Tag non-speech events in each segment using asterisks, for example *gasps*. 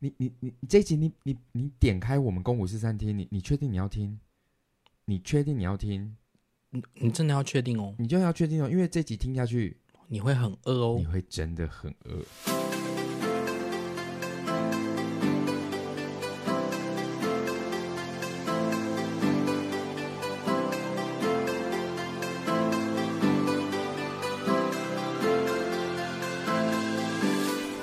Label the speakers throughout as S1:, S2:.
S1: 你你你你这一集你你你点开我们公五四三听，你你确定你要听？你确定你要听？
S2: 你真的要确定哦，
S1: 你就要确定哦，因为这集听下去，
S2: 你会很饿哦
S1: 你。会真的很饿。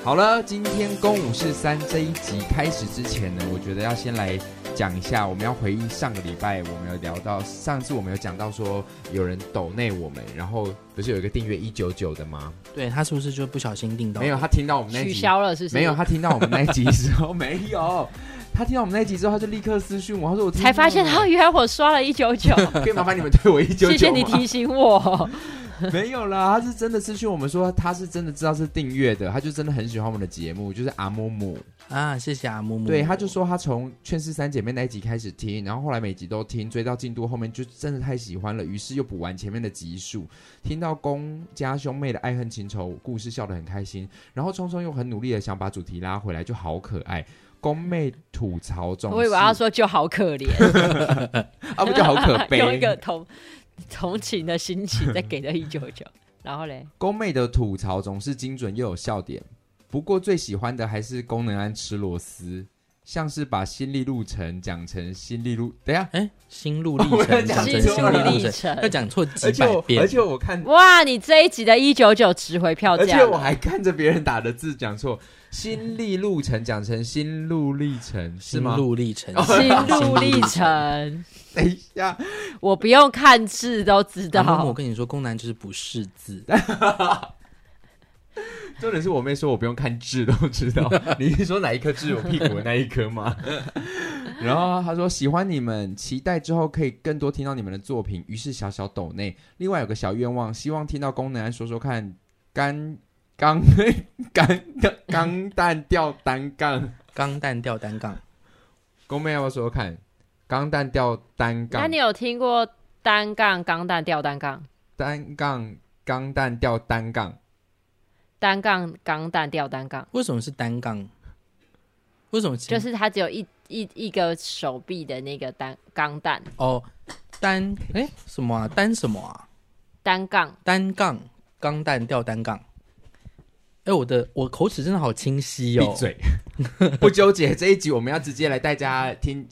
S1: 好了，今天公五是三这一集开始之前呢，我觉得要先来讲一下，我们要回忆上个礼拜我们有聊到，上次我们有讲到说有人抖内我们，然后不是有一个订阅一九九的吗？
S2: 对他是不是就不小心订到？
S1: 没有，，他听到我们那
S3: 取
S1: 集
S3: 消了是不是？
S1: 没有，他听到我们那一集之后 *laughs* 没有，他听到我们那一集之后，他就立刻私讯我，他说我听
S3: 才发现
S1: 到
S3: 他原来我刷了一
S1: *laughs*
S3: 九九，
S1: 了，可以麻烦你们对我一九九
S3: 谢谢你提醒我。
S1: *laughs* 没有啦，他是真的私讯我们说他是真的知道是订阅的，他就真的很喜欢我们的节目，就是阿木木，
S2: 啊，谢谢阿木木。
S1: 对，他就说他从《劝世三姐妹》那一集开始听，然后后来每集都听，追到进度后面就真的太喜欢了，于是又补完前面的集数，听到公家兄妹的爱恨情仇故事笑得很开心，然后聪聪又很努力的想把主题拉回来，就好可爱。公妹吐槽总是，
S3: 我以为他说就好可
S1: *laughs*
S3: 怜，
S1: 啊，不就好可悲？
S3: *laughs* 用一个同同情的心情再给了一九九， *laughs* 然后嘞，
S1: 宫妹的吐槽总是精准又有笑点，不过最喜欢的还是功能安吃螺丝，像是把心力路程讲成心力路。等一下，
S2: 哎，心路历
S1: *laughs* 我要
S2: 程，
S1: 讲
S2: 讲
S1: 真
S2: 成
S3: 心
S2: 心
S1: 错了
S2: 路
S3: 路
S2: 历
S3: 历
S2: 程，
S3: 程
S2: 要。讲错几
S1: 而且
S2: 百
S1: 我而
S2: 遍。
S1: 且我看，
S3: 哇，你这一集的一九九值回票
S1: 而
S3: 价
S1: 且我
S3: 了，
S1: 还看着别人打的字讲错，心力路程讲成心路历程是吗哦
S2: 心？路历程，啊
S3: 心路历。程，
S1: 等一下，
S3: 我不用看字都知
S1: 啊
S2: 阿木木，我
S3: 道。
S2: 跟你说，宫男就是不识字。
S1: 重点是我妹说我不用看痣都知道，你是说哪一颗痣？我屁股的那一颗吗？然后她说喜欢你们，期待之后可以更多听到你们的作品。于是小小抖内，另外有个小愿望，希望听到功能安说说看干钢钢钢蛋吊单杠，
S2: 钢蛋吊单杠，
S1: 公妹要不要说说看钢蛋吊单
S3: 那
S1: 杠
S3: 你？有听过单杠、钢弹、吊单杠、
S1: 单杠钢蛋吊单杠，
S3: 单杠、钢弹、吊单杠？
S2: 为什么是单杠？为什么前
S3: 就是它只有一一一个手臂的那个单钢弹
S2: 哦单哎什么啊单什么啊
S3: 单杠，
S2: 单杠钢蛋吊单杠。哎，我的我口齿真的好清晰哦
S1: 闭！嘴， *laughs* 不纠结。这一集我们要直接来带大家听，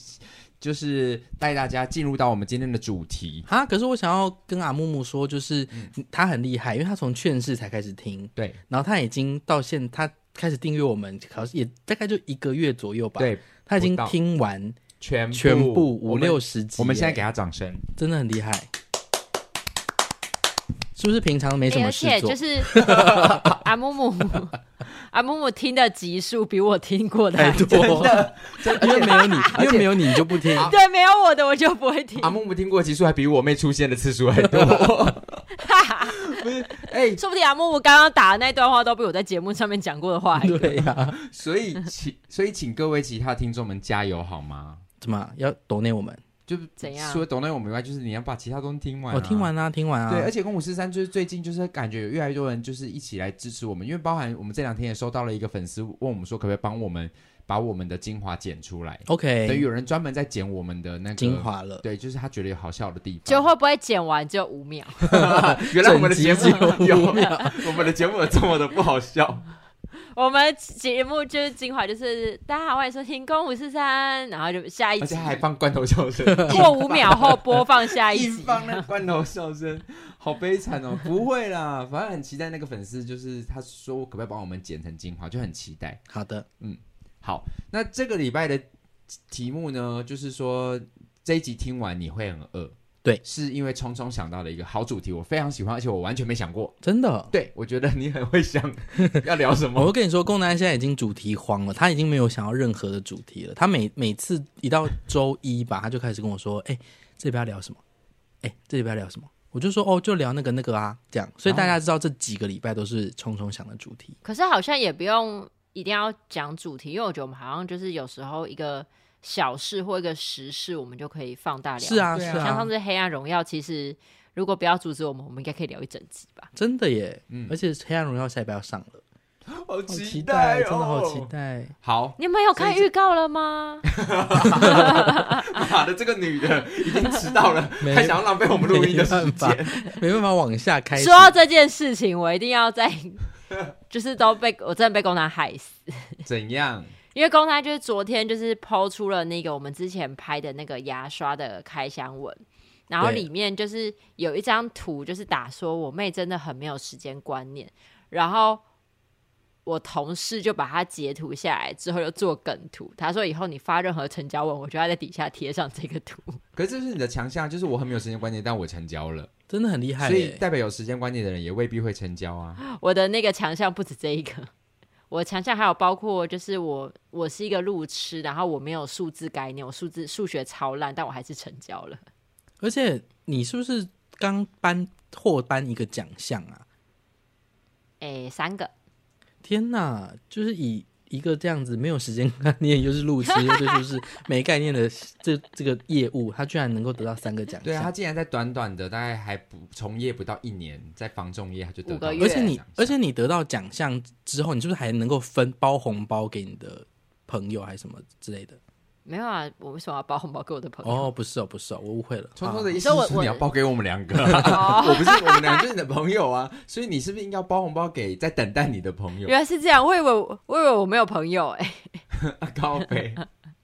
S1: 就是带大家进入到我们今天的主题。
S2: 啊，可是我想要跟阿木木说，就是
S1: 嗯
S2: 他很厉害，因为他从劝世才开始听，
S1: 对
S2: 然后他已经到现他开始订阅我们，好像也大概就一个月左右吧。，
S1: 对，
S2: 他已
S1: 不
S2: 经
S1: 到
S2: 听完
S1: 全部
S2: 全部五
S1: 我们
S2: 六十集耶，
S1: 我们现在给他掌
S2: *laughs*
S1: 声。
S2: 真的很厉害，是不是平常没什
S3: 欸
S2: 么
S3: 而
S2: 事
S3: 且
S2: 做？
S3: 就是 *laughs* 呃阿木木，阿木木听的集数比我听过的
S2: 太
S3: 还
S2: 多，哎
S1: *laughs*
S2: 因为没有
S3: *laughs*
S2: 你，因为没有你你就不听。
S3: 对，没有我的我就不会听。
S1: 阿木木听过的集数还比我妹出现的次数还
S2: *laughs*
S1: 多。 *laughs* 哎、
S3: 说不定阿木木刚刚打的那段话都被我在节目上面讲过的话还
S1: *laughs*
S3: 多。
S1: 啊
S2: 对啊呀、
S1: 所以请所以请各位其他听众们加油好吗？
S2: 怎么啊要抖内我们？
S1: 就是
S3: 怎样
S1: 除了懂那我们以外，就是你要把其他东西听完、
S2: 我、听。完啦、听完啊。
S1: 对，而且跟五四三就是最近就是感觉有越来越多人就是一起来支持我们，因为包含我们这两天也收到了一个粉丝问我们说可不可以帮我们把我们的精华剪出来，等于
S2: OK，
S1: 有人专门在剪我们的那个
S2: 精，华了。
S1: 对，就是他觉得有好笑的地方。
S3: *laughs* 就会不会剪完只有五秒？
S1: *laughs* 原来我们的节目
S2: 整集只有
S1: *laughs* 有
S2: 五秒
S1: 我们的节目有这么的不好 *laughs* 笑，
S3: 我们节目就是精华，就是大家好，欢迎收听《公五四三》，然后就下一
S1: 而
S3: 集
S1: 且还放罐头笑声，
S3: 过五秒后播放下一
S1: 硬
S3: 集。
S1: 放那罐头笑声，好悲惨哦！不会啦，反正很期待那个粉丝，就是他说可不可以帮我们剪成精华，就很期待。
S2: 好的，
S1: 好，那这个礼拜的题目呢，就是说这一集听完你会很饿，
S2: 对，
S1: 是因为聪聪想到了一个好主题，我非常喜欢，而且我完全没想过。
S2: 真的。
S1: 对，我觉得你很会想要聊什
S2: 我
S1: 么。
S2: *laughs* 会跟你说，宫南现在已经主题荒了，他已经没有想要任何的主题了。他每每次一到周一吧，他就开始跟我说：“哎、这礼拜要聊什么？哎、这礼拜要聊什么？”我就说：“哦，就聊那个那个啊。”这样，所以大家知道这几个礼拜都是冲冲想的主题。
S3: 可是好像也不用一定要讲主题，因为我觉得我们好像就是有时候一个小事或一个时事，我们就可以放大聊。
S2: 是，啊，是
S1: 对啊
S3: 像
S2: 啊
S3: 上，次《黑暗荣耀》，其实如果不要阻止我们，我们应该可以聊一整集吧。
S2: 真的耶！
S1: 嗯
S2: 而且《黑暗荣耀》下礼拜要上了，
S1: 好
S2: 好
S1: 期待
S2: 待，
S1: 哦，
S2: 真的好期。待。
S1: 好，
S3: 你们有看
S1: 所以这
S3: 预告了吗？
S1: *laughs* 妈的，这个女的已经迟到
S2: *laughs*
S1: 了，
S2: 没
S1: 还想要浪费我们录音的时
S2: *laughs* 没办
S1: 间。
S2: 没办法往下开始
S3: 说，到这件事情，我一定要在， *laughs* 就是都被我真的被公他害死。
S1: 怎样？
S3: 因为公开就是昨天就是抛出了那个我们之前拍的那个牙刷的开箱文，然后
S2: 对
S3: 里面就是有一张图，就是打说我妹真的很没有时间观念，然后我同事就把它截图下来之后就做梗图，他说以后你发任何成交文，我就要在底下贴上这个图。 *laughs*
S1: 可是这是你的强项，就是我很没有时间观念，但我成交了，
S2: 真的很厉害
S1: 所以
S2: 耶。
S1: 代表有时间观念的人也未必会成交啊。
S3: 我的那个强项不止这一个，我强项还有包括就是我我是一个路痴，然后我没有数字概念，我数字数学超烂，但我还是成交了。
S2: 而且你是不是刚颁获颁一个奖项啊？
S3: 诶，哎三个。
S2: 天哪，就是以一个这样子没有时间观念，又是路痴，又对就是没概念的这这个业务，他居然能够得到三个奖
S1: 对啊，他
S2: 项。
S1: 竟然在短短的大概还不从业不到一年，在防重业他就得到
S3: 五个
S1: 了
S3: 月
S2: 而
S1: 这
S2: 且
S1: 个
S2: 你
S1: 奖项，啊
S2: 而且你得到奖项之后，你是不是还能够分包红包给你的朋友还是什么之类的？
S3: 没有啊，我为什么要包红包给我的朋友？
S2: 哦，不是哦，不是哦，我误会了。
S1: 聪聪
S2: 啊
S1: 的意思
S3: 你说我
S1: 是你要
S3: 我
S1: 包给我们两个， *laughs*
S3: 哦
S1: 我不是我们俩就是你的朋友啊，所以你是不是应该要包红包给在等待你的朋 *laughs* 友？
S3: 原来是这样，我以为我我以为我没有朋友哎、
S1: 高飞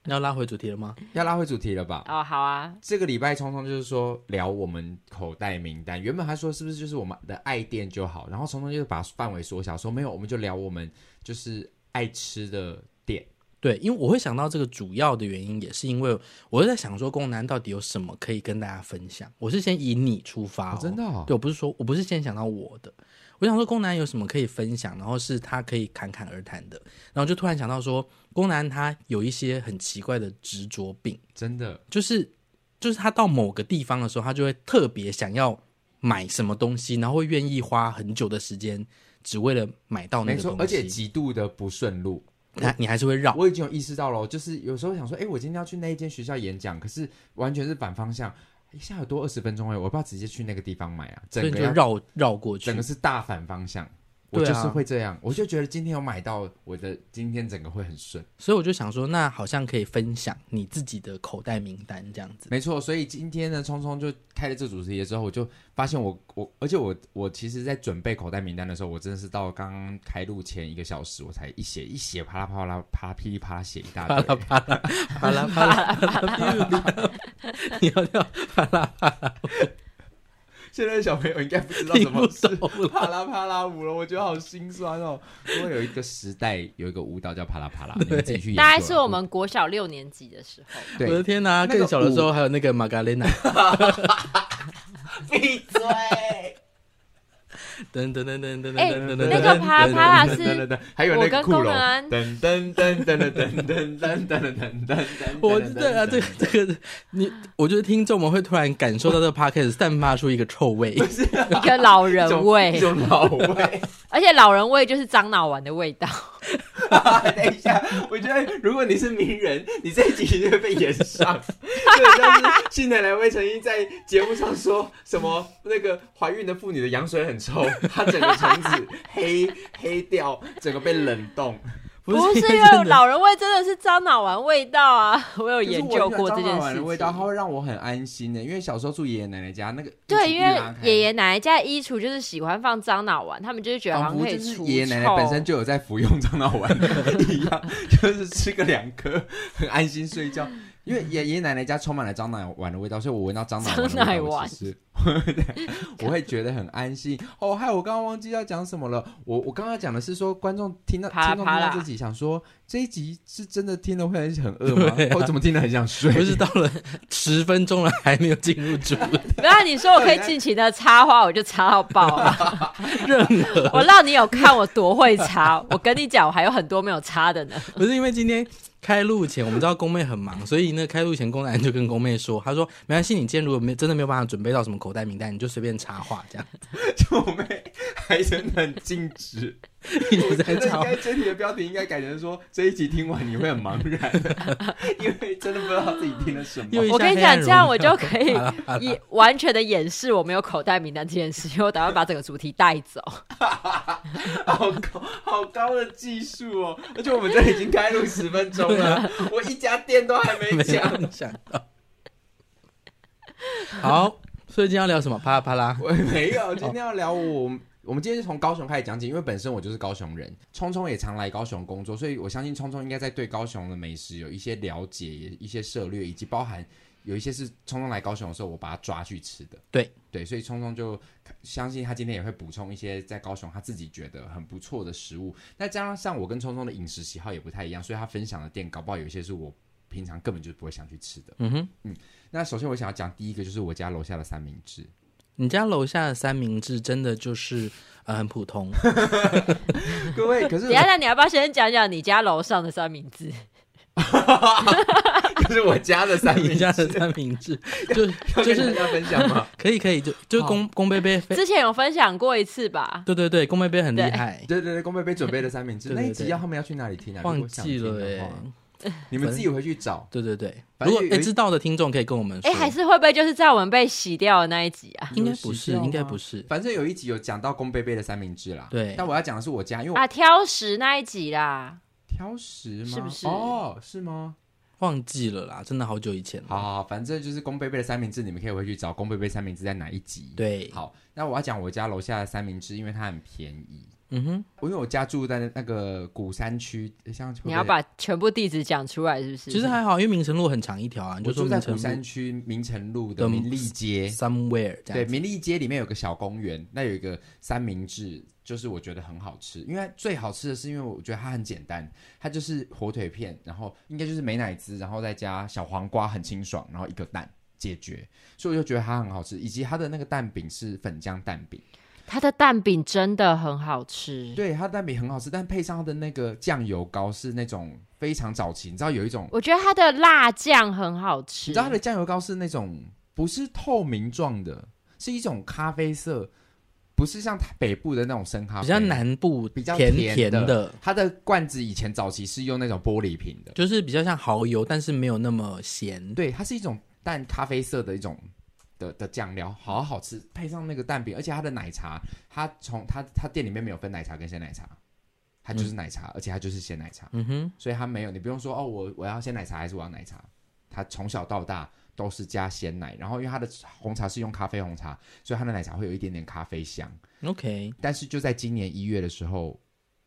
S2: 要拉回主题了吗？
S1: 要拉回主题了吧？
S3: 哦，好啊，
S1: 这个礼拜聪聪就是说聊我们口袋名单，原本他说是不是就是我们的爱店就好，然后聪聪就把范围缩小，说没有，我们就聊我们就是爱吃的店。
S2: 对，因为我会想到这个主要的原因，也是因为我在想说，宫南到底有什么可以跟大家分享。我是先以你出发、
S1: 哦
S2: 哦
S1: 真的哦
S2: 对我不是说我不是先想到我的，我想说宫南有什么可以分享，然后是他可以侃侃而谈的，然后就突然想到说，宫南他有一些很奇怪的执着病，
S1: 真的，
S2: 就是就是他到某个地方的时候，他就会特别想要买什么东西，然后会愿意花很久的时间，只为了买到那
S1: 哦没
S2: 个东
S1: 错
S2: 西，，
S1: 而且极度的不顺路。
S2: 他你还是会绕。
S1: 我已经有意识到了哦，就是有时候想说，哎，我今天要去那一间学校演讲，可是完全是反方向，一下有多二十分钟哎，我要不要直接去那个地方买啊？
S2: 所
S1: 整
S2: 以你
S1: 个
S2: 就
S1: 要
S2: 绕绕过去，
S1: 整个是大反方向。我
S2: 对啊
S1: 就是会这样，我就觉得今天有买到，我的今天整个会很顺。
S2: 所以我就想说，那好像可以分享你自己的口袋名单这样子。
S1: 没错，所以今天呢，聪聪就开了这主题的时候，我就发现我我，而且我我其实，在准备口袋名单的时候，我真的是到刚刚开录前一个小时，我才一写一写，啪啦啪啦啪啦噼里啪啦写一大堆。
S2: 啪啦啪啦啪 *laughs* 啦，你要要啪啦
S1: *laughs* 现在的小朋友应该不知道
S2: 听
S1: 怎
S2: 不
S1: 么是
S2: 懂
S1: 啪啦啪啦舞了，我觉得好心酸哦。因为有一个时代有一个舞蹈叫啪啦啪啦，你们自己去研究啊。
S3: 大概是我们国小六年级的时候，
S2: 我的
S1: 对，
S2: 天哪！
S1: 那个
S2: 更小的时候还有那个玛格丽
S1: *laughs*
S2: 娜，
S1: 闭嘴。
S2: 噔噔噔噔噔噔
S3: 哎
S2: 噔噔噔，
S3: 那个啊啪啦啪啦是
S1: 噔噔噔噔还有那
S3: 我
S1: 个
S3: 跟
S1: 骷
S3: 工
S1: 髅
S3: 人
S1: 噔噔噔噔噔噔噔噔噔噔噔噔。
S2: 我知道啊，这个这个，你我觉得听众们会突然感受到
S1: *laughs*
S2: 这个 podcast 散发出一个臭味，
S3: 一个老
S1: 一
S3: 人
S1: 种一
S3: 味，
S1: 种老味。
S3: 而且老人味就是樟脑丸的味道。
S1: 等一下，我觉得如果你是名人，你这一集就会被延
S3: *laughs*
S1: 上。对，但是新奶奶魏晨一在节目上说什么那个怀孕的妇女的羊水很臭，她整个肠子黑黑掉，整个被冷冻。
S3: *laughs* 不是因为
S2: 真的。
S3: 老人味真的是樟脑丸味道啊，我有
S1: 我
S3: 研究过这件事
S1: 的
S3: 情。
S1: 味道，它会让我很安心的，因为小时候住爷爷奶奶家，那个
S3: 对，因为爷
S1: 爷
S3: 爷奶奶家衣橱就是喜欢放樟脑丸，他们就是觉得好
S1: 仿
S3: 像
S1: 佛
S3: 可
S1: 就
S3: 以
S1: 是
S3: 除
S1: 爷爷奶奶本身
S3: 就
S1: 就有在服用樟脑丸 *laughs* 一样，就是吃个两颗很安心睡觉。因为爷爷爷奶奶家充满了樟脑丸的味道，所以我闻到樟脑丸的
S3: 樟
S1: 味
S3: 脑
S1: 道，我
S3: 丸
S1: 其实 *laughs* 我会觉得很安心。哦，还有我刚刚忘记要讲什么了。我我刚刚讲的是说，观众听到
S3: 啪啦
S1: 听众听
S3: 啪
S1: 到
S3: 啦
S1: 这集，想说这一集是真的听了会很很饿吗？
S2: 对啊
S1: 我怎么听得很想睡？
S2: *laughs* 不
S1: *laughs*
S2: 是到了十分钟了还没有进入主题，
S3: 没有，你说我可以尽情的插花，我就插到爆啊！
S2: *laughs* 任何
S3: 我让你有看我多会插，我跟你讲，我还有很多没有插的呢。
S2: 不是因为今天开录前，我们知道宫妹很忙，所以呢，开录前宫男就跟宫妹说，他说没关系，你今天如果没真的没有办法准备
S1: *laughs*
S2: 到什么口袋名单，你就随便插话这样。
S1: 九妹还真的很尽职。
S2: 一直在
S1: 哎 *laughs* 那应
S2: 吵。
S1: 该这题的标题应该改成说这一集听完你会很茫然， *laughs* 因为真的不知道自己听了什么。
S2: 又一下
S3: 我跟你
S2: 黑暗
S3: 讲，这样
S2: 荣
S3: 我
S2: 耀
S3: 就可以
S2: *laughs*
S3: 也完全的掩饰我没有口袋名单这件事，因为我打算把整个主题带
S2: *laughs*
S3: 走。
S1: 好高好高的技术哦！而且我们这已经开录十分钟了，我一家店都还没
S2: 没
S1: 讲。
S2: 有想到。好，所以今天要聊什么？啪啦啪啦。
S1: 我没有，
S3: 哦
S1: 今天要聊我。我们今天是从高雄开始讲起，因为本身我就是高雄人，聪聪也常来高雄工作，所以我相信聪聪应该在对高雄的美食有一些了解、也一些涉略，以及包含有一些是聪聪来高雄的时候我把他抓去吃的。
S2: 对
S1: 对，所以聪聪就相信他今天也会补充一些在高雄他自己觉得很不错的食物。那加上我跟聪聪的饮食喜好也不太一样，所以他分享的店搞不好有一些是我平常根本就不会想去吃的。
S2: 嗯哼，
S1: 那首先我想要讲第一个就是我家楼下的三明治。
S2: 你家楼下的三明治真的就是呃很
S1: *laughs*
S2: 普通，
S1: *laughs* 各位，可是
S3: 等一下，那你要不要先讲讲你家楼上的三明
S2: *laughs*
S3: 治？
S1: 可是我家的三明
S2: 你
S1: 治
S2: 家的三明治就
S1: 要
S2: 就
S1: 跟大
S2: 是
S1: 家分享吗？
S2: 可以可以，就就
S1: 好
S2: 公公贝贝非，
S3: 之前有分享过一次吧？
S2: 对对对，公贝贝很厉
S3: 对
S1: *laughs*
S2: 害，
S1: 对对对，宫贝贝准备的三明治
S2: 对对
S1: 那
S2: 对
S1: 一集要他们要去哪里听啊？如
S2: 忘
S1: 果想
S2: 记
S1: 听
S2: 了
S1: 的
S2: 哎、
S1: 话你们自己回去找。
S2: 对对对，
S1: 反正
S2: 如果
S1: 有
S2: 哎、
S1: 一
S2: 知道的听众可以跟我们说，
S3: 哎、还是会不会就是在我们被洗掉的那一集啊？
S2: 应该
S1: 有
S2: 不
S1: 洗
S2: 是，
S1: 掉
S2: 应该
S1: 吗
S2: 不是，
S1: 反正有一集有讲到宫贝贝的三明治啦。
S2: 对
S1: 但我要讲的是我家，因为我
S3: 啊，挑食那一集啦。
S1: 挑食吗？
S3: 是不是
S1: 哦，是吗？
S2: 忘记了啦，真的好久以前了。
S1: 好好好，反正就是宫贝贝的三明治，你们可以回去找宫贝贝三明治在哪一集。，
S2: 对，
S1: 好，那我要讲我家楼下的三明治，因为它很便宜。
S2: 嗯哼，
S1: 因为我家住在那个古山区，像会不
S3: 你
S1: 会
S3: 要把全部地址讲出来，是不是？
S2: 其实还好，因为明城路很长一条啊，你
S1: 我
S2: 就说
S1: 住在
S2: 明
S1: 古
S2: 城
S1: 山
S2: 路
S1: 区明城路的
S2: 的
S1: 民利街。
S2: somewhere 这
S1: 对，
S2: 样子。
S1: 民利街里面有个小公园，那有一个三明治，就是我觉得很好吃。因为最好吃的是，因为我觉得它很简单，它就是火腿片，然后应该就是美乃滋，然后再加小黄瓜，很清爽，然后一个蛋解决。所以我就觉得它很好吃，以及它的那个蛋饼是粉浆蛋饼，
S3: 它的蛋饼真的很好
S2: 嗯
S3: 吃。
S1: 对，它的蛋饼很好吃，但配上它的那个酱油膏是那种非常早期，你知道有一种，
S3: 我觉得它的辣酱很好
S1: 你
S3: 吃
S1: 知。道它的酱油膏是那种不是透明状的，是一种咖啡色。不是像北部的那种深咖啡，
S2: 比较南部
S1: 比较
S2: 甜
S1: 甜的
S2: 的，
S1: 它的罐子以前早期是用那种玻璃瓶的，
S2: 就是比较像蚝油，但是没有那么咸。
S1: 对，它是一种淡咖啡色的一种的的酱料，好好吃，配上那个蛋饼，而且它的奶茶，它从它它店里面没有分奶茶跟鲜奶茶，它就是奶茶，而且它就是鲜奶茶，
S2: 嗯哼，
S1: 所以它没有，你不用说哦，我我要鲜奶茶还是我要奶茶，它从小到大都是加鲜奶，然后因为它的红茶是用咖啡红茶，所以它的奶茶会有一点点咖啡香，
S2: ，OK，
S1: 但是就在今年一月的时候，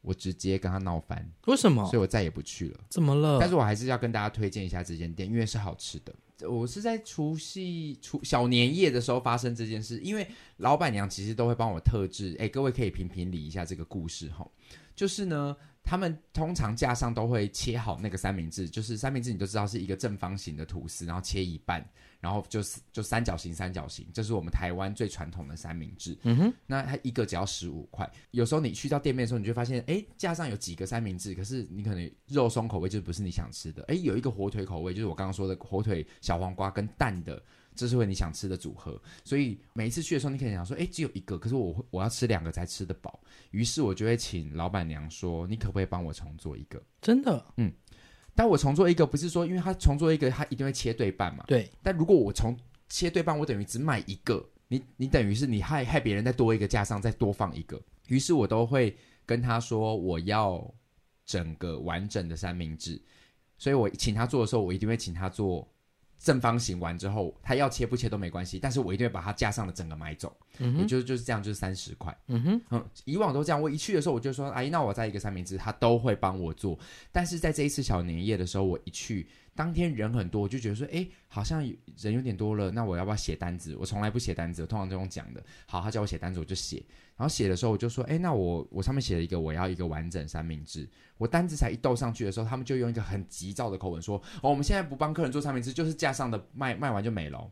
S1: 我直接跟他闹翻，
S2: 为什么
S1: 所以？我再也不去了。
S2: 怎么了
S1: 但？是我还是要跟大家推荐一下这间店，因为是好吃的。我是在除夕除小年夜的时候发生这件事，因为老板娘其实都会帮我特制。哎，各位可以评评理一下这个故事哈。就是呢，他们通常架上都会切好那个三明治，就是三明治你都知道是一个正方形的吐司，然后切一半，然后就是就三角形三角形，这是我们台湾最传统的三明治。
S2: 嗯哼，
S1: 那它一个只要十五块。有时候你去到店面的时候，你就会发现，哎，架上有几个三明治，可是你可能肉松口味就是不是你想吃的，哎，有一个火腿口味，就是我刚刚说的火腿小黄瓜跟蛋的，这是会你想吃的组合。所以每一次去的时候，你可能想说，哎，只有一个，可是我会我要吃两个才吃得饱。于是我就会请老板娘说，你可不可以帮我重做一个？
S2: 真的，
S1: 但我重做一个不是说，因为它重做一个，它一定会切对半嘛。
S2: 对，
S1: 但如果我从切对半，我等于只买一个，你你等于是你害害别人再多一个架上再多放一个，于是我都会跟他说我要整个完整的三明治，所以我请他做的时候，我一定会请他做正方形完之后，他要切不切都没关系，但是我一定会把他架上的整个买走，
S2: 嗯
S1: 也
S2: 哼，
S1: 就是就是这样，就是三十块。
S2: 嗯哼，
S1: 嗯，以往都这样。我一去的时候，我就说：“阿姨，那我再一个三明治。”他都会帮我做。但是在这一次小年夜的时候，我一去，当天人很多，我就觉得说：“哎，好像有人有点多了，那我要不要写单子？”我从来不写单子，我通常都用讲的。好，他叫我写单子，我就写。然后写的时候，我就说：“哎，那我我上面写了一个我要一个完整三明治。”我单子才一斗上去的时候，他们就用一个很急躁的口吻说：“哦，我们现在不帮客人做三明治，就是架上的卖卖完就没了哦。”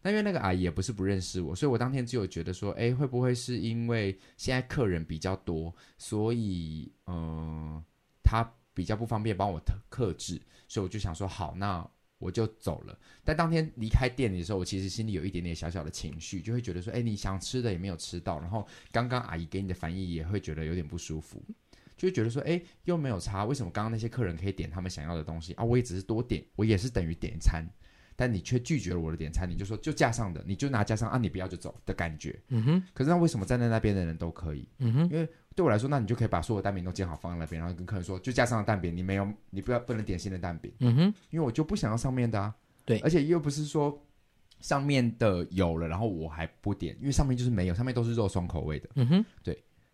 S1: 那因为那个阿姨也不是不认识我，所以我当天只有觉得说，哎，会不会是因为现在客人比较多，所以嗯、呃，他比较不方便帮我特克制，所以我就想说，好，那我就走了。但当天离开店里的时候，我其实心里有一点点小小的情绪，就会觉得说，哎，你想吃的也没有吃到，然后刚刚阿姨给你的反应也会觉得有点不舒服，就会觉得说，哎，又没有差，为什么刚刚那些客人可以点他们想要的东西啊？我也只是多点，我也是等于点餐，但你却拒绝了我的点餐，你就说就架上的，你就拿架上啊，你不要就走的感觉。
S2: 嗯哼，
S1: 可是那为什么站在那边的人都可以？
S2: 嗯哼，
S1: 对我来说，那你就可以把所有蛋饼都煎好放在那边，然后跟客人说，就架上的蛋饼，你没有，你不要不能点新的蛋饼，
S2: 嗯哼，
S1: 因为我就不想要上面的啊。
S2: 对
S1: 而且又不是说上面的有了，然后我还不点，因为上面就是没有，上面都是肉双口味的。
S2: 嗯哼，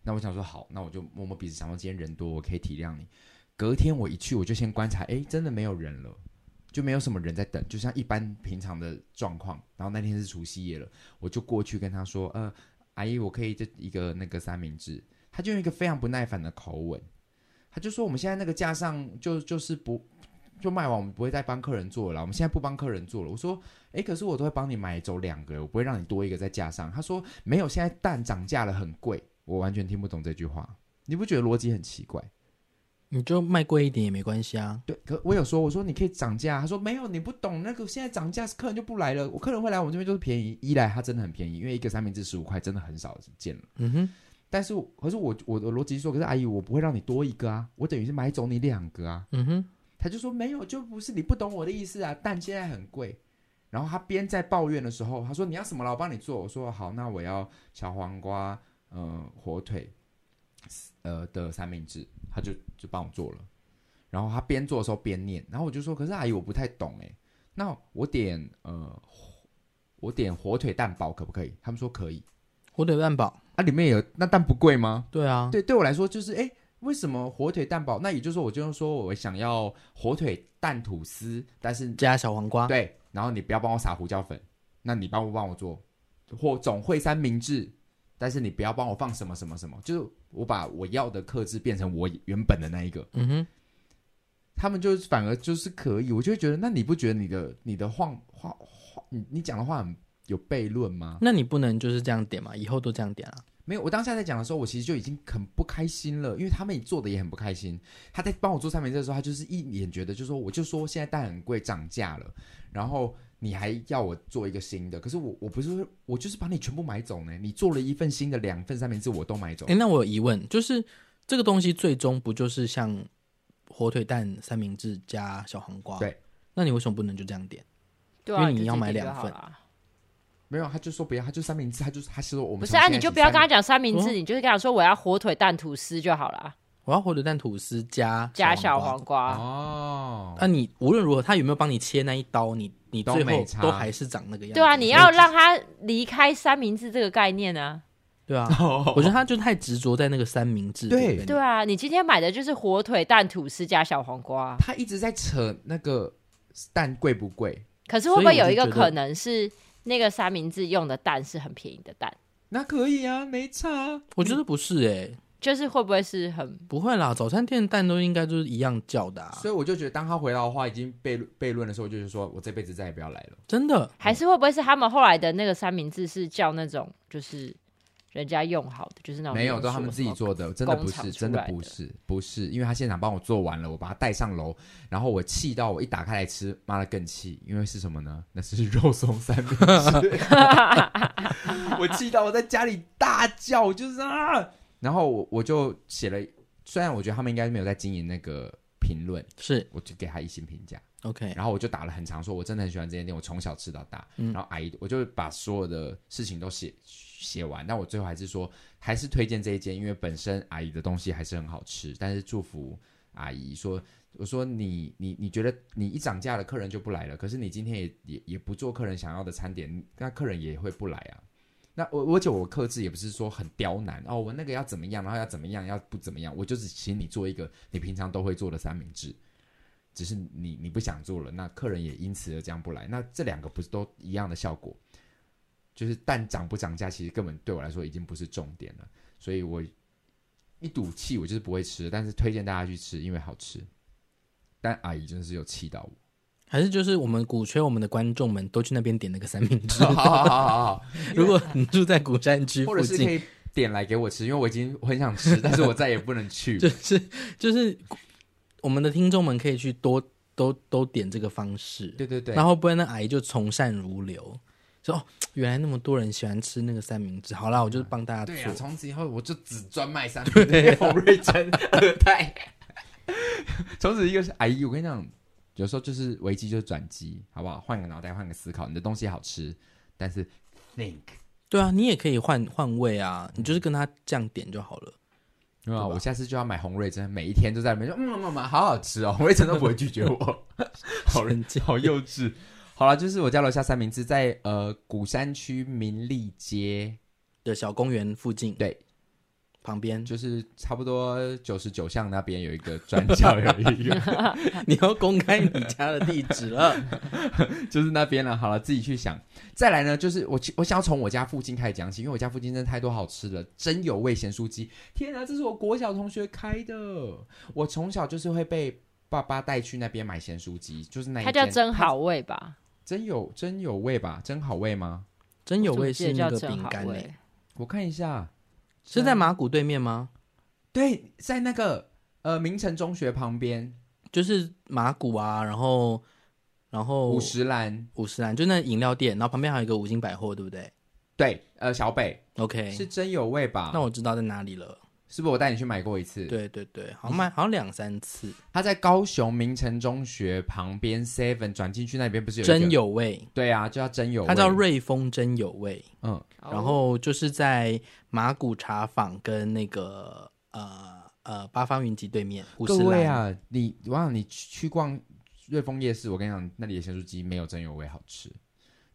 S1: 那我想说好，那我就摸摸鼻子，想说今天人多，我可以体谅你。隔天我一去，我就先观察，诶，真的没有人了，就没有什么人在等，就像一般平常的状况。然后那天是除夕夜了，我就过去跟他说，呃，阿姨，我可以这一个那个三明治。他就用一个非常不耐烦的口吻，他就说我们现在那个架上就就是不就卖完，我们不会再帮客人做了，我们现在不帮客人做了。我说，诶，可是我都会帮你买走两个，我不会让你多一个在架上。他说没有，现在蛋涨价了，很贵。我完全听不懂这句话，你不觉得逻辑很奇怪？
S2: 你就卖贵一点也没关系啊。
S1: 对，可我有说，我说你可以涨价，他说没有，你不懂那个，现在涨价客人就不来了，我客人会来我们这边就是便宜，一来它真的很便宜，因为一个三明治十五块真的很少见了。
S2: 嗯哼，
S1: 但是我可是我我的逻辑是说，可是阿姨我不会让你多一个啊，我等于是买走你两个啊。
S2: 嗯哼，
S1: 他就说没有，就不是你不懂我的意思啊，蛋现在很贵。然后他边在抱怨的时候，他说你要什么了，我帮你做。我说好，那我要小黄瓜，呃，火腿，呃的三明治，他就就帮我做了。然后他边做的时候边念，然后我就说，可是阿姨我不太懂哎，那我点呃，我点火腿蛋堡可不可以？他们说可以。
S2: 火腿蛋堡，
S1: 啊，里面有那蛋不贵吗？
S2: 对啊，
S1: 对，对我来说就是，哎，为什么火腿蛋堡？那也就是说，我就说我想要火腿蛋吐司，但是
S2: 加小黄瓜，
S1: 对，然后你不要帮我撒胡椒粉，那你帮不帮我做？或总会三明治，但是你不要帮我放什么什么什么，就是我把我要的克制变成我原本的那一个，
S2: 嗯哼，
S1: 他们就反而就是可以，我就会觉得，那你不觉得你的你的话话话，你你讲的话很有悖论吗？
S2: 那你不能就是这样点嘛，以后都这样点啊。
S1: 没有，我当下在讲的时候，我其实就已经很不开心了，因为他们做的也很不开心。他在帮我做三明治的时候，他就是一脸觉得，就说我就说现在蛋很贵，涨价了，然后你还要我做一个新的，可是我我不是我就是把你全部买走呢，你做了一份新的，两份三明治我都买走
S2: 哎，，那我有疑问，就是这个东西最终不就是像火腿蛋三明治加小黄瓜？
S1: 对，
S2: 那你为什么不能就这样点？
S3: 对啊，
S2: 因为你
S3: 就
S2: 要
S3: 自己
S2: 买
S3: 点
S2: 两
S3: 就好
S2: 份
S3: 啦
S1: 没有，他就说不要，他就三明治，他就是他说我们
S3: 不是啊，
S1: 从现在
S3: 你就
S1: 起
S3: 不要
S1: 三哦
S3: 跟他
S1: 明
S3: 讲三明治，
S2: 嗯
S3: 你就是跟他说我要火腿蛋吐司就好啦，
S2: 我要火腿蛋吐司加
S3: 加小
S2: 黄
S3: 黄瓜。
S1: 哦，
S2: 那、你无论如何，他有没有帮你切那一刀，你你
S1: 都
S2: 最
S1: 没
S2: 后
S1: 差
S2: 都还是长那个样子。
S3: 对啊，你
S2: 所以
S3: 要
S2: 就
S3: 让他离开三明治这个概念啊。
S2: 对
S1: *laughs*
S2: 啊。我觉得他就太执着在那个三明治。
S1: 对
S2: 不
S3: 对啊，你今天买的就是火腿蛋吐司加小黄瓜啊，
S1: 他一直在扯那个蛋贵不贵，
S3: 可是
S2: 所以
S3: 会不会
S2: 我
S3: 有
S2: 就
S3: 一个
S2: 觉得
S3: 可能是那个三明治用的蛋是很便宜的蛋？
S1: 那可以啊，没差啊。
S2: 我觉得不是哎、
S3: 就是会不会是很
S2: 不会啦，早餐店的蛋都应该就是一样叫的、啊
S1: 所，以我就觉得，当他回答的话已经悖悖论的时候，我就是说我这辈子再也不要来了。
S2: 真的。
S3: 还是会不会是他们后来的那个三明治是叫那种就是人家用好的，就是那种
S1: 没有，
S3: 连
S1: 都他
S3: 锁
S1: 们自己
S3: 什么
S1: 做的，真的不
S3: 工厂出
S1: 是，
S3: 来的
S1: 真的不是，不是，因为他现场帮我做完了，我把它带上楼，然后我气到我一打开来吃，妈的更气，因为是什么呢？那是肉松三
S3: *laughs*
S1: 明治，我气到我在家里大叫，我就是啊，然后我我就写了，虽然我觉得他们应该没有在经营那个评论，
S2: 是
S1: 我就给他一星评价。
S2: OK，
S1: 然后我就打了很长，说我真的很喜欢这间店，我从小吃到大。
S2: 嗯
S1: 然后阿姨，我就把所有的事情都写写完，但我最后还是说，还是推荐这一间，因为本身阿姨的东西还是很好吃。但是祝福阿姨说，我说你你你觉得你一涨价了，客人就不来了，可是你今天也也也不做客人想要的餐点，那客人也会不来啊。那我而且我克制也不是说很刁难哦，我那个要怎么样，然后要怎么样，要不怎么样，我就是请你做一个你平常都会做的三明治。只是你你不想做了，那客人也因此而这样不来，那这两个不是都一样的效果？就是蛋涨不涨价，其实根本对我来说已经不是重点了，所以我一赌气，我就是不会吃，但是推荐大家去吃，因为好吃。但阿姨真的是有气到我，
S2: 还是就是我们鼓吹我们的观众们都去那边点那个三明
S1: *laughs*
S2: 治
S1: 好。好好好好，
S2: 如果你住在鼓山区
S1: 或
S2: 附
S1: 者是可
S2: 近，
S1: 以点来给我吃，因为我已经很想吃，但是我再也不能去
S2: 就。是就是我们的听众们可以去多都都点这个方式，
S1: 对对对，
S2: 然后不然那阿姨就从善如流，说哦，原来那么多人喜欢吃那个三明治，好啦，我就帮大家
S1: 对啊，啊
S2: 做。
S1: 从此以后我就只专卖三明治， *laughs* 洪瑞珍二代。 *laughs* 从此一个是阿姨，我跟你讲，有时候就是危机就是转机，好不好？换个脑袋，换个思考，你的东西好吃，但是 think
S2: 对啊，你也可以换换位
S1: 嗯
S2: 啊，你就是跟他这样点就好了。
S1: 对
S2: 对
S1: 吧？
S2: 吧
S1: 啊我下次就要买洪瑞珍，每一天都在那边说，嗯，妈妈好好吃哦，洪瑞珍都不会拒绝我， *laughs* 好人
S2: *laughs* 神
S1: *laughs*
S2: 经
S1: 好幼稚。好了，就是我家楼下三明治在呃鼓山区民利街，
S2: 的小公园附近，
S1: 对，
S2: 旁边
S1: 就是差不多九十九巷那边有一个转角有 *laughs* 一个，
S2: *laughs* 你要公开你家的地址了。
S1: *laughs* 就是那边了。好了，自己去想。再来呢，就是我其我想要从我家附近开始讲起，因为我家附近真的太多好吃的，真有味咸酥鸡。天啊，这是我国小同学开的，我从小就是会被爸爸带去那边买咸酥鸡，就是那一
S3: 它
S1: 间
S3: 叫真好味吧？
S1: 真有真有味吧？真好味吗？
S2: 真有
S3: 我怎么
S2: 味
S3: 记
S2: 是
S3: 得
S2: 那
S3: 叫
S2: 个
S3: 真
S2: 饼
S3: 好
S2: 干诶、
S3: 味。
S1: 我看一下，
S2: 是在马古对面吗？
S1: 对，在那个呃明城中学旁边
S2: 就是马古啊，然后然后
S1: 五十岚，
S2: 五十兰，就那饮料店，然后旁边还有一个五金百货，对不对
S1: 对，呃小北
S2: ？OK，
S1: 是真有味吧？
S2: 那我知道在哪里了。
S1: 是不是我嗯带你去买过一次？
S2: 对对对，好像买好像两三次，
S1: 他在高雄明城中学旁边 Seven 转进去那边不是有一个
S2: 真有味，
S1: 对啊，就叫真有味，
S2: 它叫瑞丰真有味。
S1: 嗯，
S3: 哦
S2: 然后就是在马古茶坊跟那个呃呃八方云集对面，五
S1: 各
S2: 十
S1: 位
S2: 兰、
S1: 啊，你我想你去去逛瑞丰夜市，我跟你讲，那里的咸酥鸡没有真有味好吃。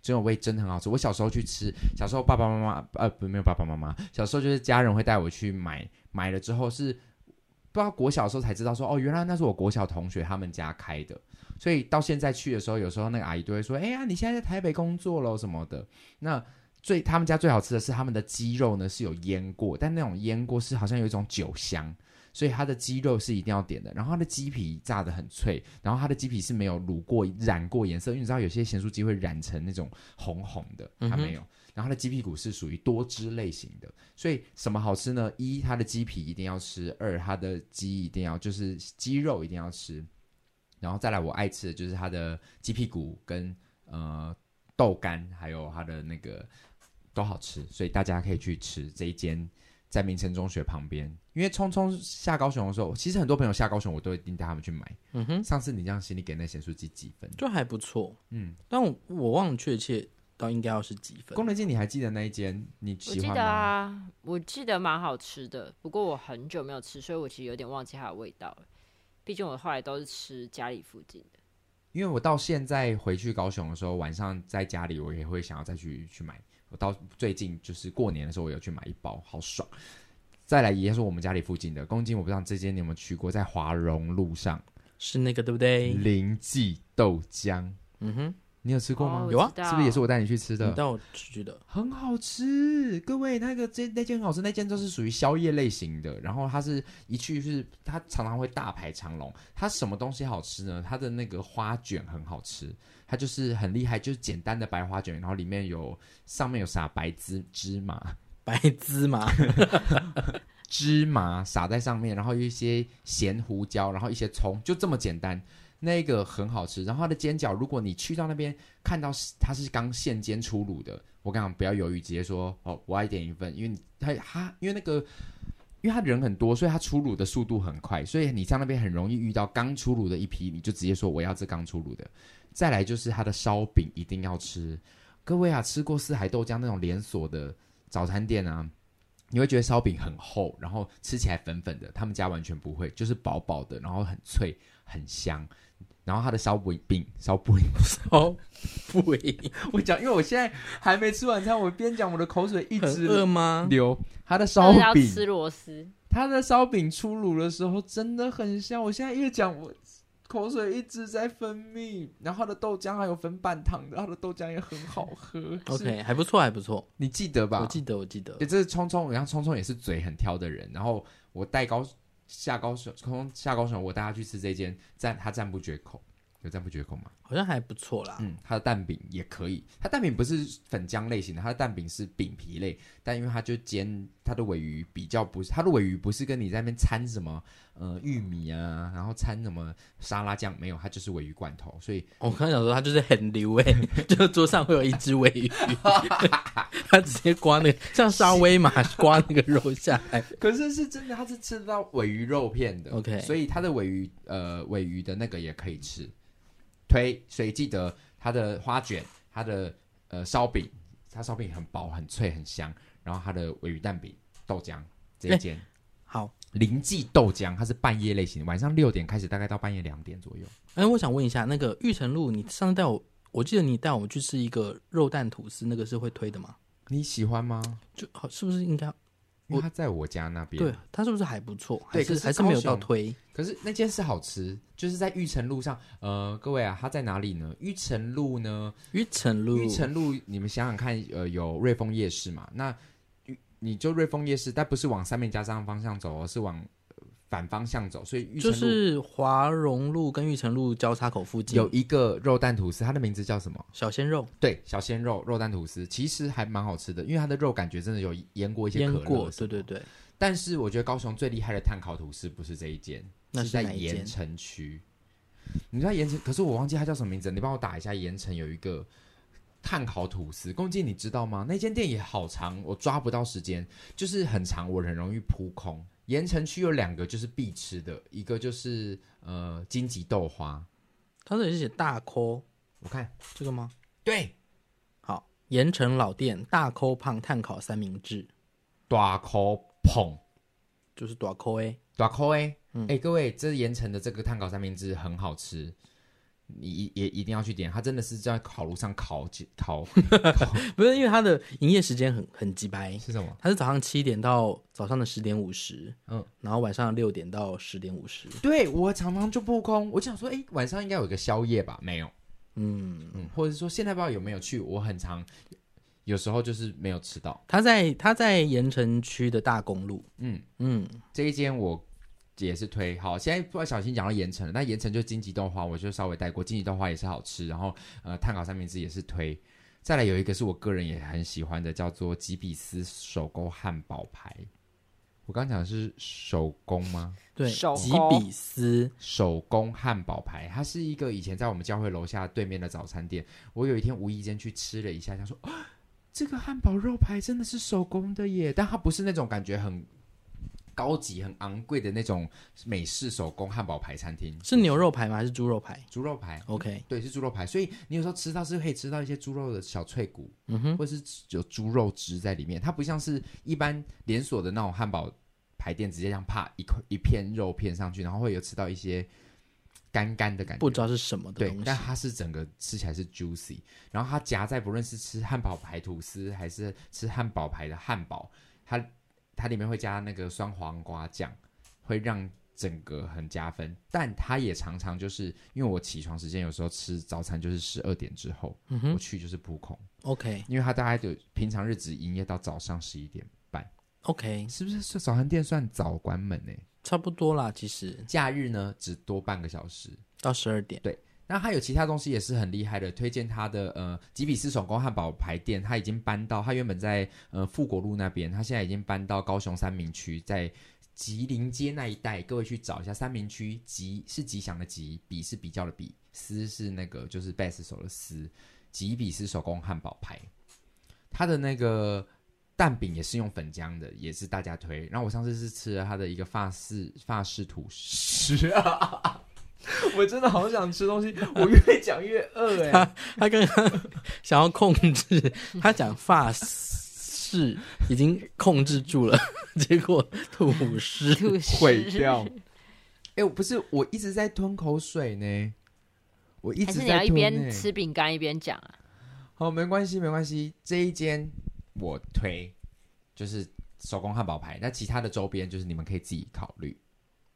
S1: 真有味真的很好吃。我小时候去吃，小时候爸爸妈妈呃不没有爸爸妈妈，小时候就是家人会带我去买，买了之后是不知道国小的时候才知道说哦，原来那是我国小同学他们家开的。所以到现在去的时候，有时候那个阿姨都会说：“哎呀，你现在在台北工作咯什么的。”那最他们家最好吃的是他们的鸡肉呢是有腌过，但那种腌过是好像有一种酒香，所以它的鸡肉是一定要点的。然后它的鸡皮炸得很脆，然后它的鸡皮是没有卤过、染过颜色，因为你知道有些咸酥鸡会染成那种红红的，它没有。然后它的鸡屁股是属于多汁类型的，所以什么好吃呢？一，它的鸡皮一定要吃；二，它的鸡一定要，就是鸡肉一定要吃。然后再来，我爱吃的就是它的鸡屁股跟呃豆干，还有它的那个都好吃，所以大家可以去吃这一间在明城中学旁边。因为聪聪下高雄的时候，其实很多朋友下高雄，我都一定带他们去买。
S2: 嗯哼，
S1: 上次你这样写，你给那咸酥鸡几分？
S2: 就还不错。
S1: 嗯，
S2: 但我我忘了确切到应该要是几分
S1: 宫。仁静，你还记得那一间你
S3: 我
S1: 喜
S3: 记
S1: 欢吗？
S3: 得啊，我记得蛮好吃的，不过我很久没有吃，所以我其实有点忘记它的味道了。毕竟我后来都是吃家里附近的。
S1: 因为我到现在回去高雄的时候，晚上在家里我也会想要再去去买。我到最近就是过年的时候，我有去买一包，好爽。再来也是我们家里附近的公斤，我不知道这间你有没有去过，在华荣路上
S2: 是那个对不对？
S1: 林记豆浆，
S2: 嗯哼，
S1: 你有吃过吗？
S3: 哦
S2: 有啊
S1: 是不是也是？我带你去吃
S2: 你
S1: 的？
S2: 带我去的，
S1: 很好吃，各位，那个这那间很好吃，那间就是属于宵夜类型的。然后它是一去是它常常会大排长龙。它什么东西好吃呢？它的那个花卷很好吃，它就是很厉害，就是简单的白花卷，然后里面有上面有撒白芝芝麻，
S2: 白芝
S1: *laughs*
S2: 麻，
S1: 芝麻撒在上面，然后有一些咸胡椒，然后一些葱，就这么简单。那个很好吃，然后它的煎饺，如果你去到那边看到是它是刚现煎出炉的，我跟你讲，不要犹豫，直接说哦，我要一点一份，因为你它它因为那个因为它人很多，所以它出炉的速度很快，所以你在那边很容易遇到刚出炉的一批，你就直接说我要这刚出炉的。再来就是它的烧饼一定要吃，各位啊，吃过四海豆浆那种连锁的早餐店啊，你会觉得烧饼很厚，然后吃起来粉粉的，他们家完全不会，就是薄薄的，然后很脆很香。然后它的烧饼饼烧饼，
S2: 哦，不一，
S1: 我讲，因为我现在还没吃晚餐，我边讲我的口水一
S2: 很饿
S1: 直
S2: 吗？
S1: 流。它的烧
S3: 但是要
S1: 饼，
S3: 吃螺
S1: *laughs*
S3: 丝，
S1: 它的烧饼出炉的时候真的很香，我现在越讲我口水一直在分泌。然后它的豆浆还有粉板糖的，它的豆浆也很好喝。是
S2: OK，还不错，还不错，
S1: 你记得吧？
S2: 我记得，我记得
S1: 对，，这是聪聪，然后聪聪也是嘴很挑的人。然后我带高下高手，聪聪下高手，我带他去吃这间，赞他赞不绝口，有赞不绝口吗？
S2: 好像还不错啦。
S1: 嗯，它的蛋饼也可以，它蛋饼不是粉浆类型的，它的蛋饼是饼皮类，但因为它就煎它的尾鱼比较不是，它的尾鱼不是跟你在那边掺什么，嗯、呃玉米啊，然后掺什么沙拉酱没有，它就是鲔鱼罐头，所以
S2: 我刚才想说，他就是很流哎、 *laughs* 就是桌上会有一只尾鱼， *laughs* 他直接刮那个像沙威玛刮那个肉下来，
S1: *laughs* 可是是真的，它是吃得到鲔鱼肉片的。
S2: OK
S1: 所以它的鲔鱼呃鲔鱼的那个也可以吃。推，所以记得它的花卷，它的呃烧饼，它烧饼很薄很脆很香，然后它的鲔鱼蛋饼、豆浆这一间。
S2: 好。
S1: 林记豆浆，它是半夜类型的，晚上六点开始，大概到半夜两点左右。
S2: 哎，我想问一下，那个玉成路，你上次带我，我记得你带我们去吃一个肉蛋吐司，那个是会推的吗？
S1: 你喜欢吗？
S2: 就好，是不是应该？
S1: 因为它在我家那边。
S2: 对，，它是不是还不错？还
S1: 对可
S2: 是
S1: 是
S2: 还是没有
S1: 高雄
S2: 到推？
S1: 可是那间是好吃，就是在玉成路上。呃，各位啊，它在哪里呢？玉成路呢，
S2: 玉成路，
S1: 玉成路，你们想想看，呃，有瑞丰夜市嘛？那玉你就瑞丰夜市，但不是往三面加上方向走哦，而是往呃反方向走。所以玉成
S2: 就
S1: 路
S2: 是华荣路跟玉成路交叉口附近
S1: 有一个肉蛋吐司，它的名字叫什么？
S2: 小鲜肉，
S1: 对，小鲜肉肉蛋吐司，其实还蛮好吃的，因为它的肉感觉真的有腌过一些
S2: 腌
S1: 可
S2: 过
S1: 乐。，
S2: 对对。对，
S1: 但是我觉得高雄最厉害的碳烤吐司不是这一间，
S2: 那
S1: 是
S2: 是
S1: 在
S2: 哪一间
S1: 盐城区。你知道盐城，可是我忘记它叫什么名字，你帮我打一下。盐城有一个碳烤吐司，龚进你知道吗？那间店也好长，我抓不到时间，就是很长，我很容易扑空。盐城区有两个就是必吃的，一个就是呃荆棘豆花，
S2: 它这里是写大抠
S1: 我看
S2: 这个吗？
S1: 对，
S2: 好，盐城老店大抠胖炭烤三明治，
S1: 大口捧。
S2: 就是大抠 A。
S1: 大口哎，哎、
S2: 嗯
S1: 各位，这盐城的这个碳烤三明治很好吃，你一也一定要去点，它真的是在烤炉上烤几 *laughs* 烤
S2: 不是因为它的营业时间很很鸡掰，
S1: 是什么？
S2: 它是早上七点到早上的十点五十，
S1: 嗯
S2: 嗯，然后晚上六点到十点五十，
S1: 对我常常就不空，我就想说，哎、晚上应该有一个宵夜吧？没有，
S2: 嗯，
S1: 嗯，或者说现在不知道有没有去，我很常有时候就是没有吃到，
S2: 它在它在盐城区的大公路，
S1: 嗯，
S2: 嗯，
S1: 这一间我。也是推好，现在不小心讲到盐城了。那盐城就荆棘豆花，我就稍微带过，荆棘豆花也是好吃，然后呃，碳烤三明治也是推。再来有一个是我个人也很喜欢的，叫做吉比斯手工汉堡排。我刚讲的是手工吗？
S2: 对，
S3: 手
S2: 吉
S3: 工
S2: 比斯，
S1: 手工汉堡排，它是一个以前在我们教会楼下对面的早餐店。我有一天无意间去吃了一下，想说、 *gasps* 啊这个汉堡肉排真的是手工的耶，但它不是那种感觉很高级、很昂贵的那种美式手工汉堡排餐厅，
S2: 是牛肉排吗？还是猪肉排
S1: 猪肉排。
S2: ？OK，
S1: 对，是猪肉排，所以你有时候吃到是可以吃到一些猪肉的小脆骨，
S2: 嗯哼，
S1: 或是有猪肉汁在里面，它不像是一般连锁的那种汉堡排店，直接这样啪一块一片肉片上去，然后会有吃到一些干干的感觉，
S2: 不知道是什么的
S1: 对
S2: 东，西
S1: 但。它是整个吃起来是 juicy，然后它夹在不论是吃汉堡排吐司还是吃汉堡排的汉堡，它它里面会加那个酸黄瓜酱，会让整个很加分。但它也常常就是因为我起床时间有时候吃早餐就是十二点之后，
S2: 嗯
S1: 我
S2: 哼
S1: 去就是扑空，
S2: ，OK
S1: 因为它大概就平常日子营业到早上十一点半，
S2: OK，
S1: 是不是？早餐店算早关门呢、
S2: 差不多啦，其实
S1: 假日呢只多半个小时。
S2: 到十二点。
S1: 那它有其他东西也是很厉害的，推荐它的呃吉比斯手工汉堡排店，它已经搬到它原本在呃富国路那边，它现在已经搬到高雄三明区，在吉林街那一带，各位去找一下三明区吉是吉祥的吉，比是比较的比，斯是那个就是贝斯手的斯，吉比斯手工汉堡排，它的那个。蛋饼也是用粉浆的，也是大家推。然后我上次是吃了它的一个法式法式吐司，我真的好想吃东西，我越讲越饿哎、
S2: 他刚刚 *laughs* 想要控制，他讲发式已经控制住了， *laughs* 结果吐司。
S3: 吐司
S1: *laughs* 毁
S3: *laughs*
S1: 掉。哎、我不是，我一直在吞口水呢，我一
S3: 还
S1: 直在
S3: 是你要一
S1: 吞
S3: 边
S1: 欸
S3: 吃饼干一边讲啊？
S1: 好，没关系，没关系。这一间我推，就是手工汉堡排。那其他的周边就是你们可以自己考虑。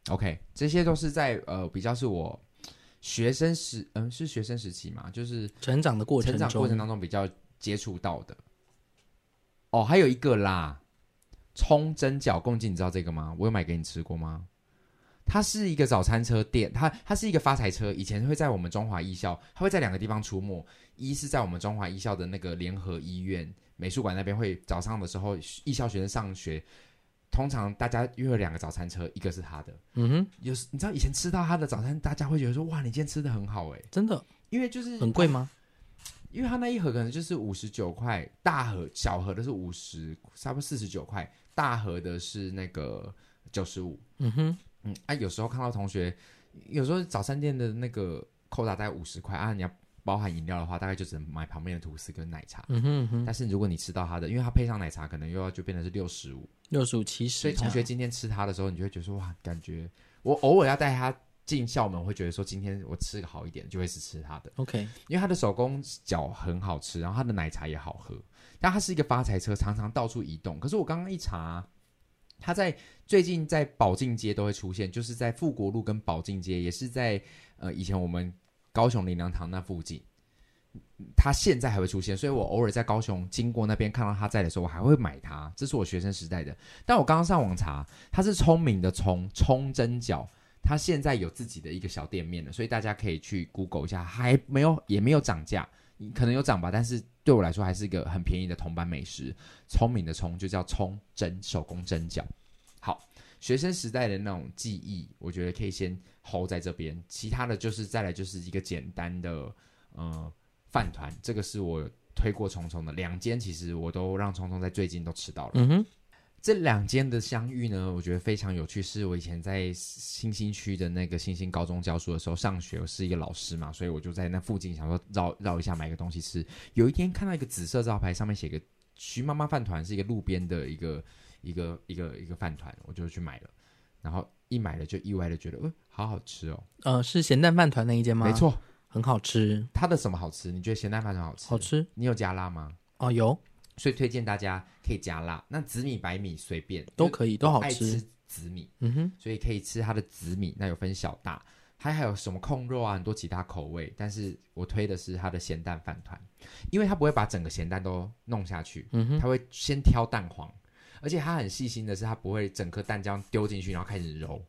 S1: OK，这些都是在呃比较是我学生时，嗯、是学生时期嘛，就是
S2: 成长的过程
S1: 成长过程
S2: 中，
S1: 当中比较接触到的。哦，还有一个啦，葱蒸饺共进，你知道这个吗？我有买给你吃过吗？它是一个早餐车店，它它是一个发财车，以前会在我们中华艺校，它会在两个地方出没，一是在我们中华艺校的那个联合医院美术馆那边，会早上的时候艺校学生上学。通常大家约了两个早餐车，一个是他的。
S2: 嗯哼，
S1: 有时你知道以前吃到他的早餐，大家会觉得说哇，你今天吃的很好哎、
S2: 真的
S1: 因为就是
S2: 很贵吗？
S1: 因为它那一盒可能就是五十九块，大盒小盒的是五十，差不多四十九块，大盒的是那个九十五。
S2: 嗯哼，
S1: 嗯，啊，有时候看到同学，有时候早餐店的那个扣打大概五十块啊，你要包含饮料的话，大概就只能买旁边的吐司跟奶茶。
S2: 嗯哼嗯哼，
S1: 但是如果你吃到它的，因为它配上奶茶，可能又要就变成是六十五。
S2: 六十五七
S1: 所
S2: 十
S1: 以
S2: 这
S1: 同
S2: 样。
S1: 学今天吃它的时候，你就会觉得说哇，感觉我偶尔要带它进校门，会觉得说今天我吃个好一点，就会是吃它的。
S2: OK，
S1: 因为它的手工饺很好吃，然后它的奶茶也好喝。但它是一个发财车，常常到处移动。可是我刚刚一查，它在最近在保靖街都会出现，就是在富国路跟保靖街，也是在呃以前我们高雄林良堂那附近。它现在还会出现，所以我偶尔在高雄经过那边看到它在的时候，我还会买它。这是我学生时代的。但我刚刚上网查，它是聪明的聪，聪蒸饺。它现在有自己的一个小店面了，所以大家可以去 Google 一下，还没有也没有涨价，嗯可能有涨吧，但是对我来说还是一个很便宜的铜板美食。聪明的聪就叫葱蒸手工蒸饺。好，学生时代的那种记忆，我觉得可以先 hold 在这边，其他的就是再来就是一个简单的呃饭团，这个是我推过虫虫的两间，其实我都让虫虫在最近都吃到了。
S2: 嗯哼，
S1: 这两间的相遇呢，我觉得非常有趣。是我以前在新兴区的那个新兴高中教书的时候，上学我是一个老师嘛，所以我就在那附近想说绕绕一下买个东西吃。有一天看到一个紫色招牌，上面写个“徐妈妈饭团”，是一个路边的一个一个一个一个饭团，我就去买了。然后一买了就意外的觉得，呃，好好吃哦！
S2: 呃，是咸蛋饭团那一间吗？
S1: 没，错，
S2: 很好吃，
S1: 它的什么好吃？你觉得咸蛋饭团好吃？
S2: 好。吃
S1: 你有加辣吗？
S2: 哦，有
S1: 所以推荐大家可以加辣。那紫米、白米随便
S2: 都可以，都好
S1: 爱
S2: 吃。
S1: 吃紫米。
S2: 嗯哼，
S1: 所以可以吃它的紫米，那有分小大，它还有什么控肉啊，很多其他口味。但是我推的是它的咸蛋饭团，因为它不会把整个咸蛋都弄下去，
S2: 嗯哼，
S1: 它会先挑蛋黄，而且它很细心的是，它不会整颗蛋这样丢进去然后开始揉，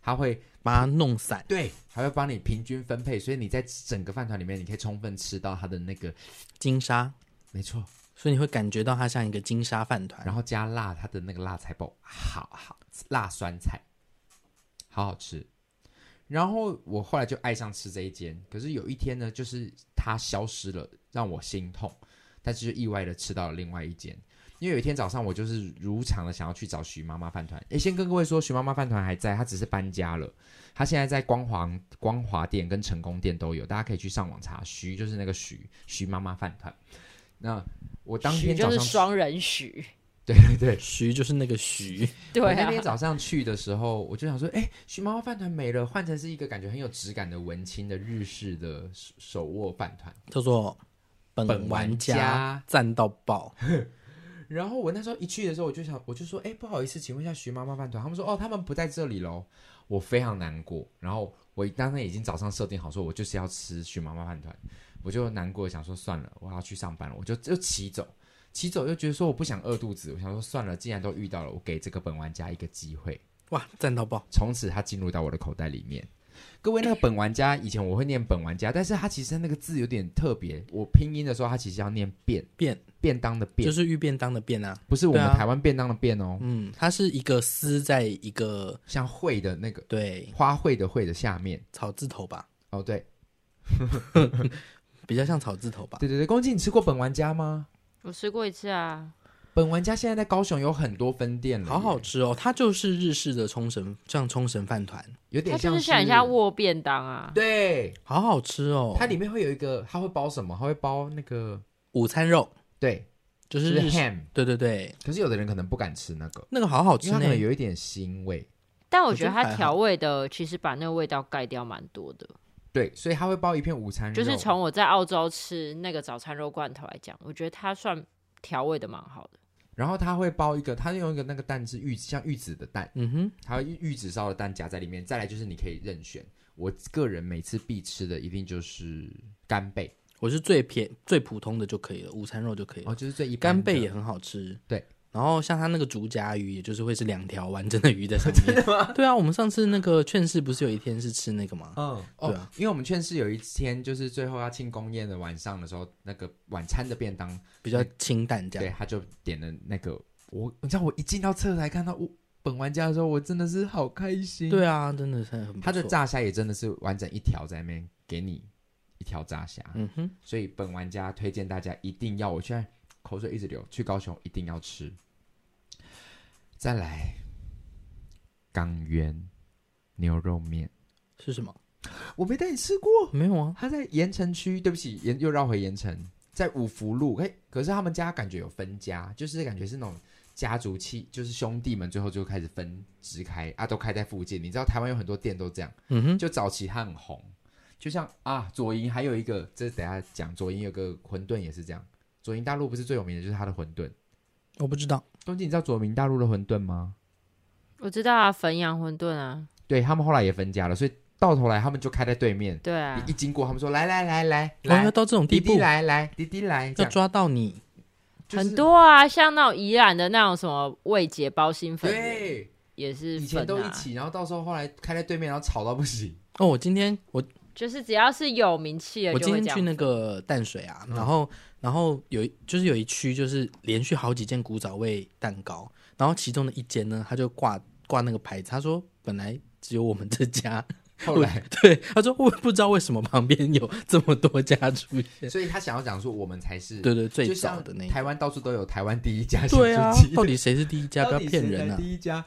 S1: 它会
S2: 把它弄散。
S1: 对，还会帮你平均分配，所以你在整个饭团里面，你可以充分吃到它的那个，
S2: 金沙，
S1: 没错，
S2: 所以你会感觉到它像一个金沙饭团。
S1: 然后加辣，它的那个辣菜包，好好辣酸菜，好好吃。然后我后来就爱上吃这一间，可是有一天呢，就是它消失了，让我心痛，但是就意外的吃到了另外一间。因为有一天早上，我就是如常的想要去找徐妈妈饭团。诶，先跟各位说，徐妈妈饭团还在，她只是搬家了。她现在在光华光华店跟成功店都有，大家可以去上网查。徐就是那个徐，徐妈妈饭团。那我当
S3: 许
S1: 天
S3: 就
S1: 早
S3: 是
S1: 上去
S3: 双
S1: *laughs*
S3: 人许，
S1: 对对对，
S2: 徐就是那个徐，
S3: 对
S1: 我那天
S3: 啊，
S1: 早上去的时候，我就想说，哎、徐妈妈饭团没了，换成是一个感觉很有质感的文青的日式的手手握饭团。
S2: 叫做本
S1: 本
S2: 玩
S1: 玩
S2: 家
S1: 家，
S2: 赞到爆。
S1: 然后我那时候一去的时候，我就想，我就说，哎、不好意思，请问一下徐妈妈饭团，他们说，哦，他们不在这里喽。我非常难过，然后我当天已经早上设定好，说我就是要吃徐妈妈饭团，我就难过，想说算了，我要去上班了，我就就骑走，骑走又觉得说我不想饿肚子，我想说算了，既然都遇到了，我给这个本玩家一个机会。
S2: 哇，赞到爆！
S1: 从此它进入到我的口袋里面。各位，那个本玩家以前我会念本玩家，但是它其实那个字有点特别，我拼音的时候它其实要念便
S2: 便
S1: 便当的便，
S2: 就是玉便当的便啊。
S1: 不是我们
S2: 对啊
S1: 台湾便当的便哦，
S2: 嗯，它是一个丝在一个
S1: 像会的那个
S2: 对
S1: 花卉的会的下面
S2: 草字头吧，
S1: 哦，对
S2: 比较像草字头吧。
S1: 对对对，公鸡，你吃过本玩家吗？
S3: 我吃过一次啊，
S1: 本玩家现在在高雄有很多分店了耶，
S2: 好好吃哦，它就是日式的冲绳，像冲绳饭团，
S1: 有
S3: 它
S1: 点
S3: 就
S1: 像
S3: 是
S1: 是
S3: 想一下握便当啊，
S1: 对，
S2: 好好吃哦。
S1: 它里面会有一个，它会包什么？它会包那个
S2: 午餐肉
S1: 对，
S2: 就
S1: 就是是
S2: 日式，
S1: ham，
S2: 对对对，
S1: 可是有的人可能不敢吃那个，
S2: 那个好好吃
S1: 因为它可能
S2: 呢。
S1: 有一点腥味。
S3: 但
S2: 我
S3: 我
S2: 觉
S3: 觉得
S2: 得还
S3: 它
S2: 好
S3: 调味的其实把那个味道盖掉蛮多的。
S1: 对，所以他会包一片午餐肉，
S3: 就是从我在澳洲吃那个早餐肉罐头来讲，我觉得它算调味的蛮好的。
S1: 然后他会包一个，他用一个那个蛋是玉像玉子的蛋，
S2: 嗯哼，
S1: 还有玉子烧的蛋夹在里面。再来就是你可以任选，我个人每次必吃的一定就是干贝，
S2: 我是最便最普通的就可以了，午餐肉就可以了。
S1: 哦，就是这一般
S2: 干
S1: 的
S2: 贝也很好吃，
S1: 对。
S2: 然后像它那个竹夹鱼，也就是会是两条完整的鱼在
S1: *laughs*
S2: 上面。真的吗？对啊，我们上次那个劝世不是有一天是吃那个吗？
S1: 嗯，
S2: 对
S1: 哦，
S2: 啊
S1: 因为我们劝世有一天就是最后要庆功宴的晚上的时候，那个晚餐的便当，
S2: 比较清淡这
S1: 对，
S2: 样。
S1: 他就点了那个我，你知道我一进到厕所才看到，我本玩家的时候，我真的是好开心。
S2: 对啊，真的是很不
S1: 他的
S2: 错，
S1: 炸虾也真的是完整一条在那边给你一条炸虾，
S2: 嗯哼，
S1: 所以本玩家推荐大家一定要，我现在口水一直流，去高雄一定要吃。再来，港源牛肉面，
S2: 是什么？
S1: 我没带你吃过，
S2: 没有啊，
S1: 他在盐城区，对不起，盐又绕回盐城，在五福路，哎，可是他们家感觉有分家，就是感觉是那种。家族气就是兄弟们最后就开始分支开啊，都开在附近。你知道台湾有很多店都这样，
S2: 嗯哼，
S1: 就早期它很红，就像啊左营还有一个，这等一下讲左营有个馄饨也是这样，左营大陆不是最有名的就是它的馄饨。
S2: 我不知道，
S1: 东京，你知道左营大陆的馄饨吗？
S3: 我知道啊，汾阳馄饨啊，
S1: 对他们后来也分家了，所以到头来他们就开在对面。
S3: 对啊
S1: 你一，经过，他们说来来来来
S2: 我要
S1: 来，
S2: 到这种
S1: 滴
S2: 地
S1: 滴
S2: 步，
S1: 来来滴滴来，这
S2: 要
S1: 样
S2: 抓到你，
S1: 就是
S3: 很多啊，像那种宜兰的那种什么味杰包心粉圆
S1: 对，
S3: 也是
S1: 以
S3: 粉
S1: 前
S3: 啊，
S1: 都一起，然后到时候后来开在对面，然后吵到不
S2: *laughs*
S1: 行。
S2: 哦，我今天我
S3: 就是只要是有名气的
S2: 我
S3: 就
S2: 今
S3: 会
S2: 天
S3: 这样
S2: 去
S3: 分。
S2: 那个淡水啊，然后然后有一就是有一区就是连续好几间古早味蛋糕，然后其中的一间呢，他就挂挂那个牌子，他说本来只有我们这家， *laughs*
S1: 后来，
S2: 对，他说我不知道为什么旁边有这么多家出现，
S1: 所以他想要讲说我们才是
S2: 对对，最
S1: 就
S2: 早
S1: 像
S2: 的那一
S1: 台湾到处都有台湾第一家小
S2: 对啊
S1: 猪鸡，
S2: *laughs* 到底谁是第一家？不
S1: 到
S2: 要
S1: 底
S2: 骗
S1: 谁
S2: 人
S1: 才
S2: 啊！
S1: 第一家。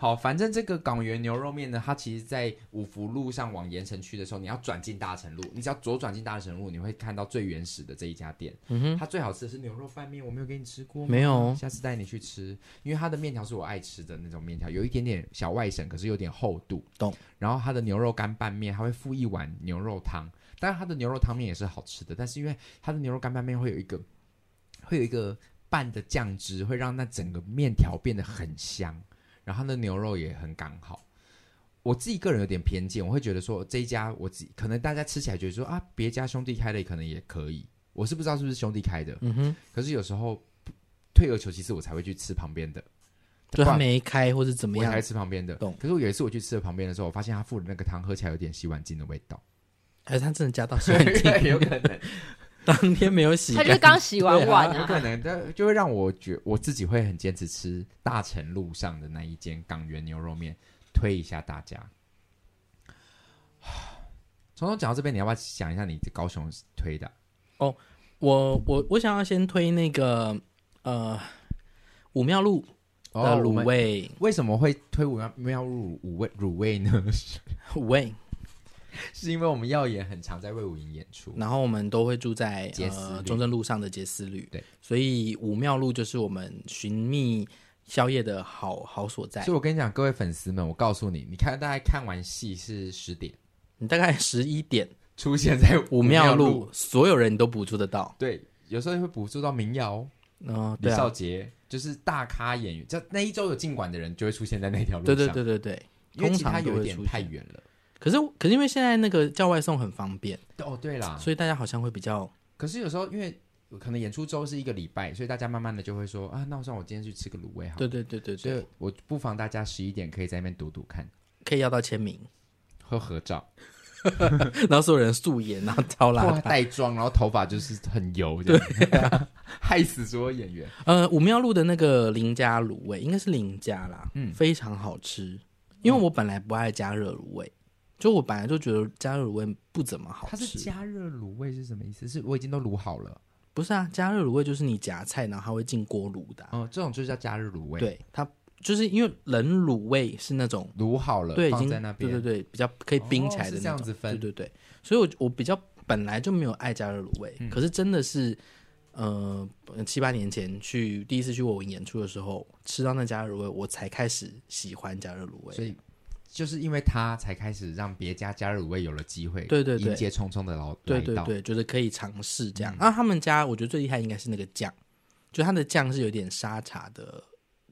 S1: 好，反正这个港源牛肉面呢，它其实，在五福路上往盐城区的时候，你要转进大成路，你只要左转进大成路，你会看到最原始的这一家店。
S2: 嗯哼，
S1: 它最好吃的是牛肉拌面，我没有给你吃过吗，
S2: 没有
S1: 下次带你去吃，因为它的面条是我爱吃的那种面条，有一点点小外省，可是有点厚度。
S2: 懂。
S1: 然后它的牛肉干拌面，它会附一碗牛肉汤，当然它的牛肉汤面也是好吃的，但是因为它的牛肉干拌面会有一个，会有一个拌的酱汁，会让那整个面条变得很香，然后它的牛肉也很刚好。我自己个人有点偏见，我会觉得说这一家我自己可能大家吃起来觉得说啊，别家兄弟开的可能也可以，我是不知道是不是兄弟开的，
S2: 嗯哼，
S1: 可是有时候退而求其次，我才会去吃旁边的，
S2: 就他
S1: 不然
S2: 没开或者怎么
S1: 我才
S2: 样
S1: 会，吃旁边的
S2: 懂。
S1: 可是我有一次我去吃了旁边的时候，我发现他附的那个汤喝起来有点洗碗精的味
S2: *laughs*
S1: 道，
S2: 还哎是他真的加到
S1: *laughs* 有可能，
S2: 当天没有洗啊
S3: 他
S2: 干
S3: 就
S2: 净，
S3: 是刚洗完碗啊
S1: 有可能，但就会让我觉我自己会很坚持吃大成路上的那一间港源牛肉面，推一下大家。 *sighs* 从头讲到这边，你要不要讲一下你高雄推的？
S2: *laughs* 我我我想要先推那个呃武庙路的
S1: 哦我
S2: 呃卤
S1: 们
S2: 味，
S1: 为什么会推五喵喵乳五味乳味呢？ *laughs*
S2: 卤味，
S1: 是因为我们耀眼很常在魏武营演出，
S2: 然后我们都会住在
S1: 杰斯
S2: 呃
S1: 旅
S2: 中正路上的杰斯旅，
S1: 对，
S2: 所以武庙路就是我们寻觅宵夜的好好所在
S1: 所。以我跟你讲，各位粉丝们，我告诉你，你看大家看完戏是十点， *laughs*
S2: 你大概十一点
S1: 出现在
S2: 武
S1: 庙
S2: 庙路，所有人都捕捉得到。
S1: 对，有时候会捕捉到民谣、
S2: 嗯、
S1: 李
S2: 对
S1: 少
S2: 啊，
S1: 杰，就是大咖演员，就那一周有进馆的人就会出现在那条路上，
S2: 对对，对对对。
S1: 因为其他
S2: 通常都
S1: 有
S2: 会
S1: 一点
S2: 出现
S1: 太远了。
S2: 可是可是因为现在那个叫外送很方便，
S1: 哦，对啦，
S2: 所以大家好像会比较
S1: 可是有时候因为可能演出周是一个礼拜，所以大家慢慢的就会说啊，那我算我今天去吃个卤味好了。
S2: 对对对对
S1: 所
S2: 对
S1: 以，我不妨大家十一点可以在那边读读看，
S2: 可以要到签名， *laughs*
S1: 喝合照，
S2: 然后所有人素颜，然后超拉
S1: 哇，带妆， *laughs* 然后头发就是很油，对， *laughs* 害死所有演员。
S2: 呃，武庙路的那个林家卤味应该是林家啦，
S1: 嗯
S2: 非常好吃。因为我本来不爱加热卤味，就我本来就觉得加热卤味不怎么好吃。
S1: 它是加热卤味是什么意思？是我已经都卤好了，
S2: 不是啊？加热卤味就是你夹菜，然后它会进锅炉的啊、
S1: 哦、这种就叫加热卤味。，
S2: 对，它就是因为冷卤味是那种
S1: 卤好了，
S2: 对已
S1: 呃放
S2: 经
S1: 在那边。
S2: 对对对比较可以冰起来
S1: 哦
S2: 的
S1: 是
S2: 那
S1: 这样
S2: 种、
S1: 子分
S2: 对对对，所以我我比较本来就没有爱加热卤味，
S1: 嗯
S2: 可是真的是。呃，七八年前去第一次去我演出的时候，吃到那加热卤味，我才开始喜欢加热卤味。
S1: 所以就是因为它才开始让别家加热卤味有了机会，
S2: 对对对
S1: 迎接匆匆的老
S2: 对对
S1: 来到嗯
S2: 对，就是可以尝试这样。那、他们家我觉得最厉害应该是那个酱，就它的酱是有点沙茶的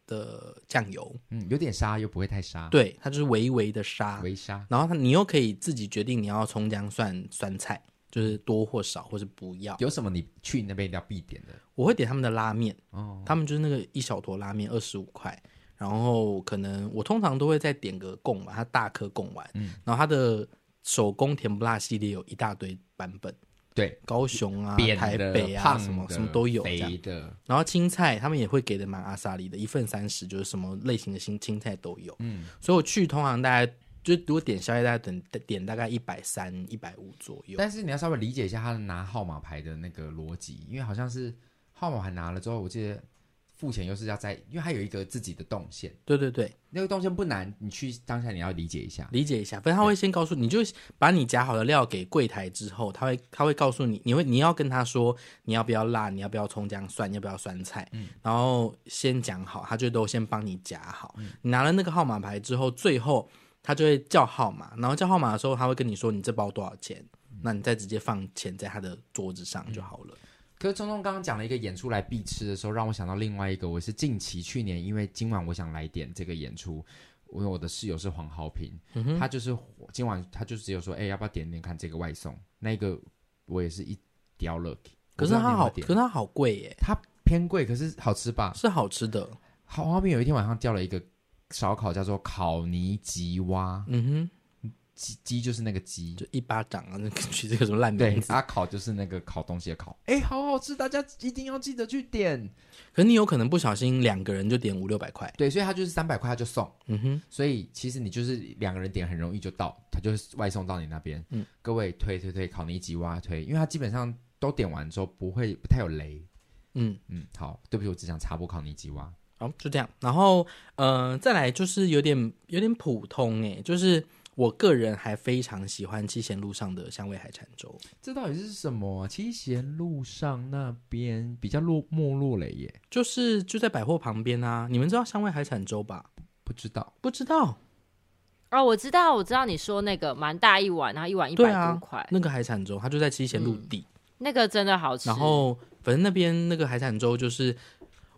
S2: 的酱油，
S1: 嗯，有点沙又不会太沙，，
S2: 对，它就是微微的沙。
S1: 啊微沙。
S2: 然后它你又可以自己决定你要葱姜蒜酸菜，就是多或少或是不要。
S1: 有什么你去那边一定要必点的？
S2: 我会点他们的拉面，
S1: 哦，
S2: 他们就是那个一小坨拉面二十五块，然后可能我通常都会再点个贡丸，它
S1: 嗯
S2: 大颗贡丸，然后它的手工甜不辣系列有一大堆版本，
S1: 对，
S2: 高雄啊、
S1: 扁
S2: 台
S1: 的、
S2: 北啊，
S1: 胖
S2: 什么
S1: 的
S2: 什么都有这样
S1: 肥。的，
S2: 然后青菜他们也会给的蛮阿萨里的，一份三十，就是什么类型的青青菜都有。
S1: 嗯，
S2: 所以我去通常大概就如果点宵夜，大概等点大概一百三、一百五左右。
S1: 但是你要稍微理解一下他拿号码牌的那个逻辑，因为好像是号码牌拿了之后，我记得付钱又是要在，因为他有一个自己的动线，
S2: 对对对，
S1: 那个动线不难，你去当下你要理解一下。
S2: 理解一下。反正他会先告诉你，就把你夹好的料给柜台之后，他会他会告诉你，你会你要跟他说你要不要辣，你要不要葱姜蒜，你要不要酸菜，
S1: 嗯
S2: 然后先讲好，他就都先帮你夹好。
S1: 嗯
S2: 你拿了那个号码牌之后，最后他就会叫号码，然后叫号码的时候，他会跟你说你这包多少钱，
S1: 嗯
S2: 那你再直接放钱在他的桌子上就好了。
S1: 可是聪聪刚刚讲了一个演出来必吃的时候，让我想到另外一个，我是近期去年因为今晚我想来点这个演出，因为我的室友是黄豪平，
S2: 嗯
S1: 他就是今晚他就只有说，哎、要不要点点看这个外送？那个我也是一雕了，
S2: 可
S1: 我不知
S2: 是
S1: 道你
S2: 它
S1: 有没有
S2: 好，可
S1: 点
S2: 是它好贵耶，
S1: 它偏贵，可是好吃吧？
S2: 是好吃的。
S1: 好，黄豪平有一天晚上叫了一个烧烤，叫做烤泥吉蛙，
S2: 嗯
S1: 鸡鸡就是那个鸡
S2: 哼，，就一巴掌啊，那 *laughs* 个取这个什么烂
S1: 对
S2: 名，字。
S1: 阿啊烤就是那个烤东西的烤，哎、好好吃，大家一定要记得去点。
S2: 可是你有可能不小心两个人就点五六百块。
S1: 对，所以他就是三百块他就送。
S2: 嗯哼，
S1: 所以其实你就是两个人点很容易就到，他就是外送到你那边。
S2: 嗯
S1: 各位推推推，考尼吉蛙推，因为他基本上都点完之后不会不太有雷。
S2: 嗯，
S1: 嗯，好，对不起，我只想插播考尼吉蛙。
S2: 好，就这样。然后，呃，再来就是有点有点普通哎、就是我个人还非常喜欢七贤路上的香味海产粥。
S1: 这到底是什么啊？七贤路上那边比较落没落了耶，
S2: 就是就在百货旁边啊，你们知道香味海产粥吧？
S1: 不知道。
S2: 不知道，
S3: 哦，我知道，我知道你说那个蛮大一碗，然后一碗一
S2: 对
S3: 百
S2: 啊
S3: 多块，
S2: 那个海产粥它就在七贤路
S3: 嗯
S2: 底，
S3: 那个真的好吃。
S2: 然后反正那边那个海产粥就是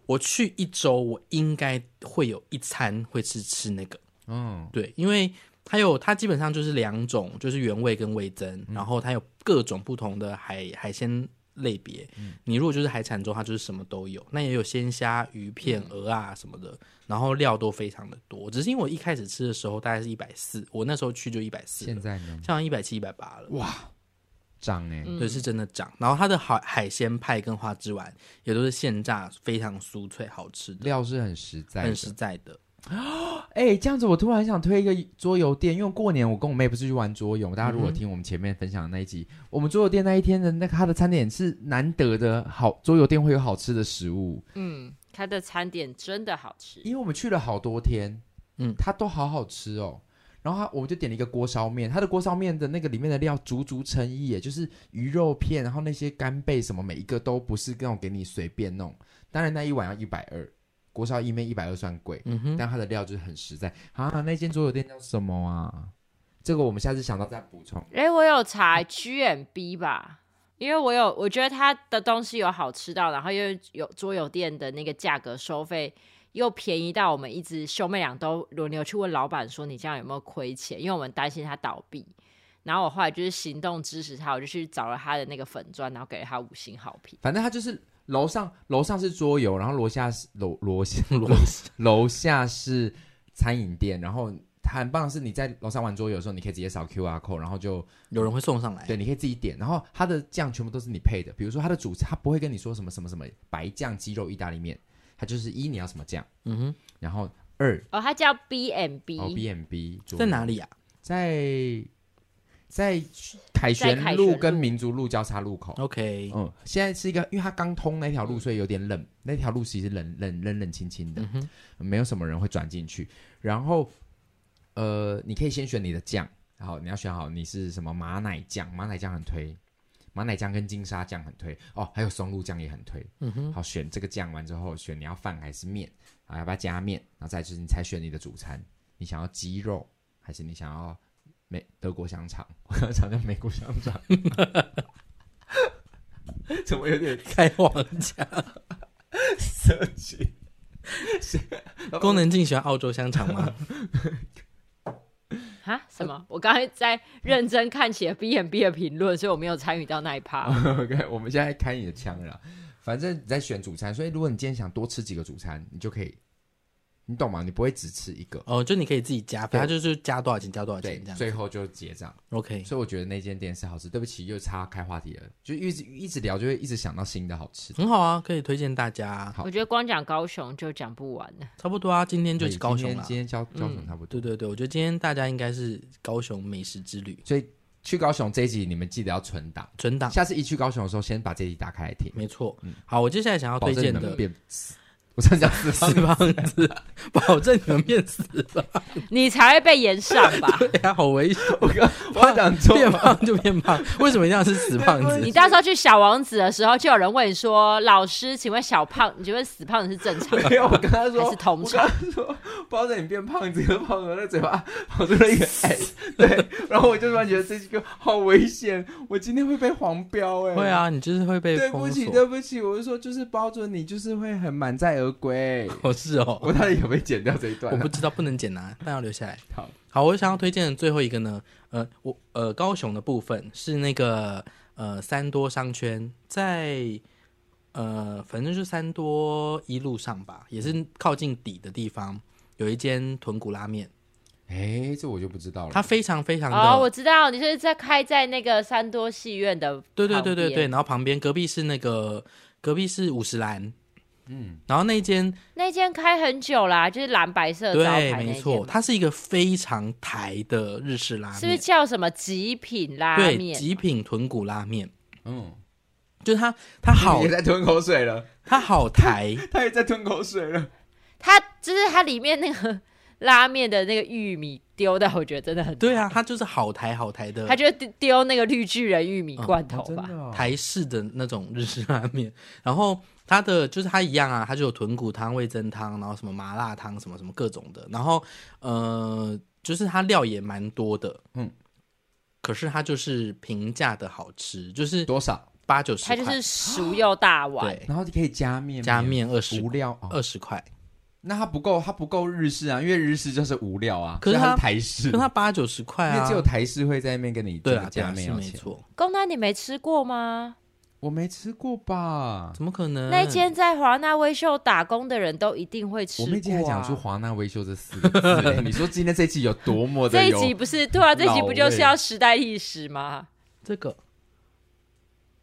S2: 我去一周，我应该会有一餐会是吃那个，
S1: 嗯，
S2: 对，因为它有它基本上就是两种，就是原味跟味增，
S1: 嗯
S2: 然后它有各种不同的海海鲜。类别，
S1: 嗯
S2: 你如果就是海产粥，它就是什么都有，那也有鲜虾、鱼片、
S1: 嗯
S2: 鹅啊什么的，然后料都非常的多。只是因为我一开始吃的时候大概是一百四，我那时候去就一百四，
S1: 现
S2: 现
S1: 在呢？
S2: 在一百七、一百八了。
S1: 涨哎、
S2: 对，是真的涨。然后它的海海鲜派跟花枝丸也都是现炸，非常酥脆好吃的，
S1: 料是很实在的
S2: 很。实在的。
S1: 哎、这样子我突然想推一个桌游店，因为过年我跟我妹不是去玩桌游，大家
S2: 嗯
S1: 如果听我们前面分享的那一集，我们桌游店那一天的那个它的餐点是难得的好，桌游店会有好吃的食物，
S3: 嗯，它的餐点真的好吃。
S1: 因为我们去了好多天，嗯
S2: 嗯，
S1: 它都好好吃哦。然后它我们就点了一个锅烧面，它的锅烧面的那个里面的料足足称一耶，就是鱼肉片，然后那些干贝什么，每一个都不是那种给你随便弄。当然那一碗要一百二，锅烧意面一百二算贵，
S2: 嗯哼，
S1: 但它的料就是很实在啊。那间桌游店叫什么啊？这个我们下次想到再补充。
S3: 哎、我有查 G M B 吧，因为我有，我觉得它的东西有好吃到，然后又有桌游店的那个价格收费又便宜到，我们一直兄妹俩都轮流去问老板说你这样有没有亏钱，因为我们担心他倒闭。然后我后来就是行动支持他，我就去找了他的那个粉砖，然后给了他五星好评。
S1: 反正它就是楼上楼上是桌游，然后楼下是楼楼下
S2: 螺
S1: *laughs*
S2: 丝
S1: 楼下是餐饮店，然后。它很棒的是，你在楼上玩桌游的时候，你可以直接扫 QR code，然后就
S2: 有人会送上来。
S1: 对，你可以自己点。然后它的酱全部都是你配的，比如说它的主菜，它不会跟你说什么什么什么白酱鸡肉意大利面，它就是一你要什么酱，
S2: 嗯哼，
S1: 然后二
S3: 哦，它叫 B M B，
S1: 然后 B M B
S2: 在哪里啊
S1: 在在凯
S3: 在
S1: 旋
S3: 凯
S1: 路
S3: 旋
S1: 跟
S3: 路
S1: 民族路交叉路口。
S2: ？OK，
S1: 嗯，现在是一个，因为它刚通那条路，所以有点冷。那条路其实冷冷冷冷清清的，没有什么人会转进去。然后，呃，你可以先选你的酱，然后你要选好你是什么马奶酱，马奶酱很推，马奶酱跟金沙酱很推哦，还有松露酱也很推。
S2: 嗯哼，
S1: 好，选这个酱完之后，选你要饭还是面，啊，要不要加面？然后再就是你才选你的主餐，你想要鸡肉还是你想要美德国香肠？我刚讲叫美国香肠，怎么有点
S2: 开黄腔。
S1: *laughs* 色情？
S2: 功能性喜欢澳洲香肠
S1: *laughs*
S2: 吗？
S3: 啊？什么？我刚才在认真看起了 B M B 的评论，所以我没有参与到那一
S1: 哦
S3: 趴。
S1: *laughs* OK，我们现在开你的枪了啦，反正你在选主餐，所以如果你今天想多吃几个主餐，你就可以你懂吗？你不会只吃一个，
S2: 哦，就你可以自己加，
S1: 对
S2: 反正就是加多少钱加多少
S1: 对
S2: 钱这，样。
S1: 最后就结账。
S2: OK，
S1: 所以我觉得那间店是好吃。对不起，又差开话题了，就一直一直聊，就会一直想到新的好吃。
S2: 很好啊，可以推荐大家。
S1: 好
S3: 我觉得光讲高雄就讲不完了。
S2: 差不多啊，今天就
S1: 对
S2: 是高雄
S1: 今天
S2: 了。
S1: 今天交交雄
S3: 嗯
S1: 差不多。
S2: 对对对，我觉得今天大家应该是高雄美食之旅
S1: 所以去高雄这一集你们记得要存档，
S2: 存档，
S1: 下次一去高雄的时候，先把这一集打开来听，
S2: 没错。好，我接下来想要
S1: 嗯保
S2: 推
S1: 证你
S2: 荐
S1: 们
S2: 的
S1: 变死。我想讲四
S2: 四
S1: 方，
S2: 方子， *laughs* 保证你们变死方。
S3: 你才会被延上
S2: *laughs*
S3: 吧？
S2: 对呀，好
S1: *laughs*
S2: 危险，
S1: 我要讲错，
S2: 变胖就变胖，为什么一定要是死胖
S3: 你
S2: 子？
S3: 到时候去小王子的时候，就有人问你说：“老师，请问小胖，你觉得死胖子是正常
S2: *laughs*
S3: 的
S1: 没有，我跟他
S3: 还
S1: 说
S3: 是，同
S1: 我
S3: 常
S1: 跟他说，包着你变胖子，跟胖子的嘴巴跑出了一个 S，对，然后我就突然觉得这个好危险，我今天会被黄标哎、
S2: 会，啊，你就是会被
S1: 对不
S2: 封
S1: 起，
S2: 锁。
S1: 对不起，我是说，就是包准你，就是会很满载而归。
S2: 哦，是哦，
S1: 我到底有没有剪掉这一段、
S2: 我
S1: 啊？
S2: 不知道，不能剪拿，但要留下来。
S1: 好，
S2: 好，我想要推荐的最后一个呢，呃，我呃高雄的部分是那个呃三多商圈，在呃反正就三多一路上吧，也是靠近底的地方，有一间豚骨拉面，
S1: 哎，这我就不知道了。
S2: 它非常非？”常的、
S3: 哦，我知道，你就是在开在那个三多戏院的，
S2: 对对对对对，，然后旁边隔壁是那个隔壁是五十岚，嗯，然后那一间
S3: 那间开很久啦，就是蓝白色招牌
S2: 对，
S3: 那
S2: 没
S3: 间
S2: 错，
S3: 嘛
S2: 它是一个非常台的日式拉面，
S3: 是不是叫什么极品拉
S2: 对，
S3: 面？
S2: 极品豚骨拉面，
S1: 嗯，
S2: 就是它它好
S1: 也在吞口水了，
S2: 它好台， *laughs*
S1: 他也在吞口水了。
S3: 它就是它里面那个 *laughs* 拉面的那个玉米丢的，我觉得真的很
S2: 对啊，它就是好台好台的
S3: 他就丢丢那个绿巨人玉米罐头
S1: 真
S3: 吧。
S1: 的、哦，
S2: 台式的那种日式拉面， *laughs* 然后它的就是它一样啊，它就有豚骨汤、味增汤，然后什么麻辣汤，什么什么各种的，然后呃，就是它料也蛮多的，
S1: 嗯
S2: 嗯。可是它就是平价的好吃，就是
S1: 多少？
S2: 八九十
S3: 它
S2: 块，
S3: 就是熟肉大碗，
S2: 对
S1: 然后你可以加面，
S2: 加面呃二十
S1: 无料哦。
S2: 二十块，
S1: 那它不够，它不够日式啊，因为日式就是无料啊。
S2: 可是
S1: 所以它
S2: 它
S1: 台式，
S2: 可它八九十块
S1: 因为
S2: 啊
S1: 只，有台式会在那边跟你
S2: 对
S1: 这
S2: 啊
S1: 个，
S2: 对
S1: 加
S2: 啊，
S1: 面
S2: 是
S1: 要
S2: 没
S1: 钱。
S2: 错，
S3: 公蛋你没吃过吗？
S1: 我没吃过吧？
S2: 怎么可能？
S3: 那一间在华纳威秀打工的人都一定会吃
S1: 我
S3: 过、啊。
S1: 们已经还讲出“华纳维修”这四个字欸
S3: *laughs*
S1: 嘞，你说今天这一集有多么
S3: 这
S1: 的
S3: 一
S1: 有
S3: 集不是对啊，这一集
S1: 老
S3: 不就是
S1: 味
S3: 要时代历史吗？
S2: 这个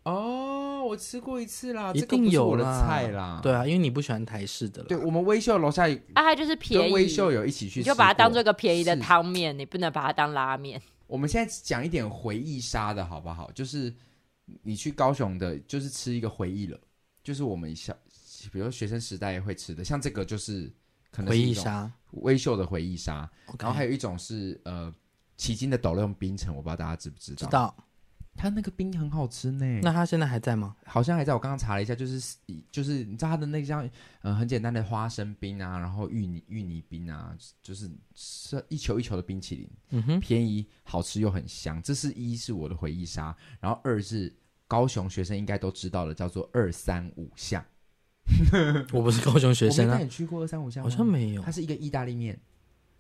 S1: 哦，我吃过一次啦，
S2: 一
S1: 这个
S2: 定
S1: 不是
S2: 有
S1: 我的
S2: 啦
S1: 菜啦。
S2: 对啊，因为你不喜欢台式的啦，
S1: 对，我们微秀楼下
S3: 啊，它就是便
S1: 跟微
S3: 宜，
S1: 秀有一起去，
S3: 你就把它当做一。个便宜的
S1: 是
S3: 汤面，你不能把它当拉面。
S1: 我们现在讲一点回忆杀的好不好？就是你去高雄的，就是吃一个回忆了，就是我们小，比如说学生时代会吃的，像这个就是可能
S2: 回
S1: 是
S2: 忆啊
S1: 一种
S2: 杀。
S1: 微秀的回忆杀，然后还
S2: 有
S1: 有一种是呃奇经的斗六冰城，我不知道大家知不知
S2: 知
S1: 道，
S2: 道，
S1: 它那个冰很好吃呢。
S2: 那他现在还在吗？
S1: 好像还在我刚刚查了一下，就是就是你知道它的那像呃很简单的花生冰啊，然后芋泥芋泥冰啊，就是是一球一球的冰淇淋，
S2: 嗯哼，
S1: 便宜好吃又很香。这是一是我的回忆杀，然后二是高雄学生应该都知道的，叫做二三五巷。
S2: 我不是高雄学生
S1: *laughs* 我没
S2: 啊
S1: 带，你去过二三五巷吗
S2: 好像没有
S1: 它。是一个意大利面，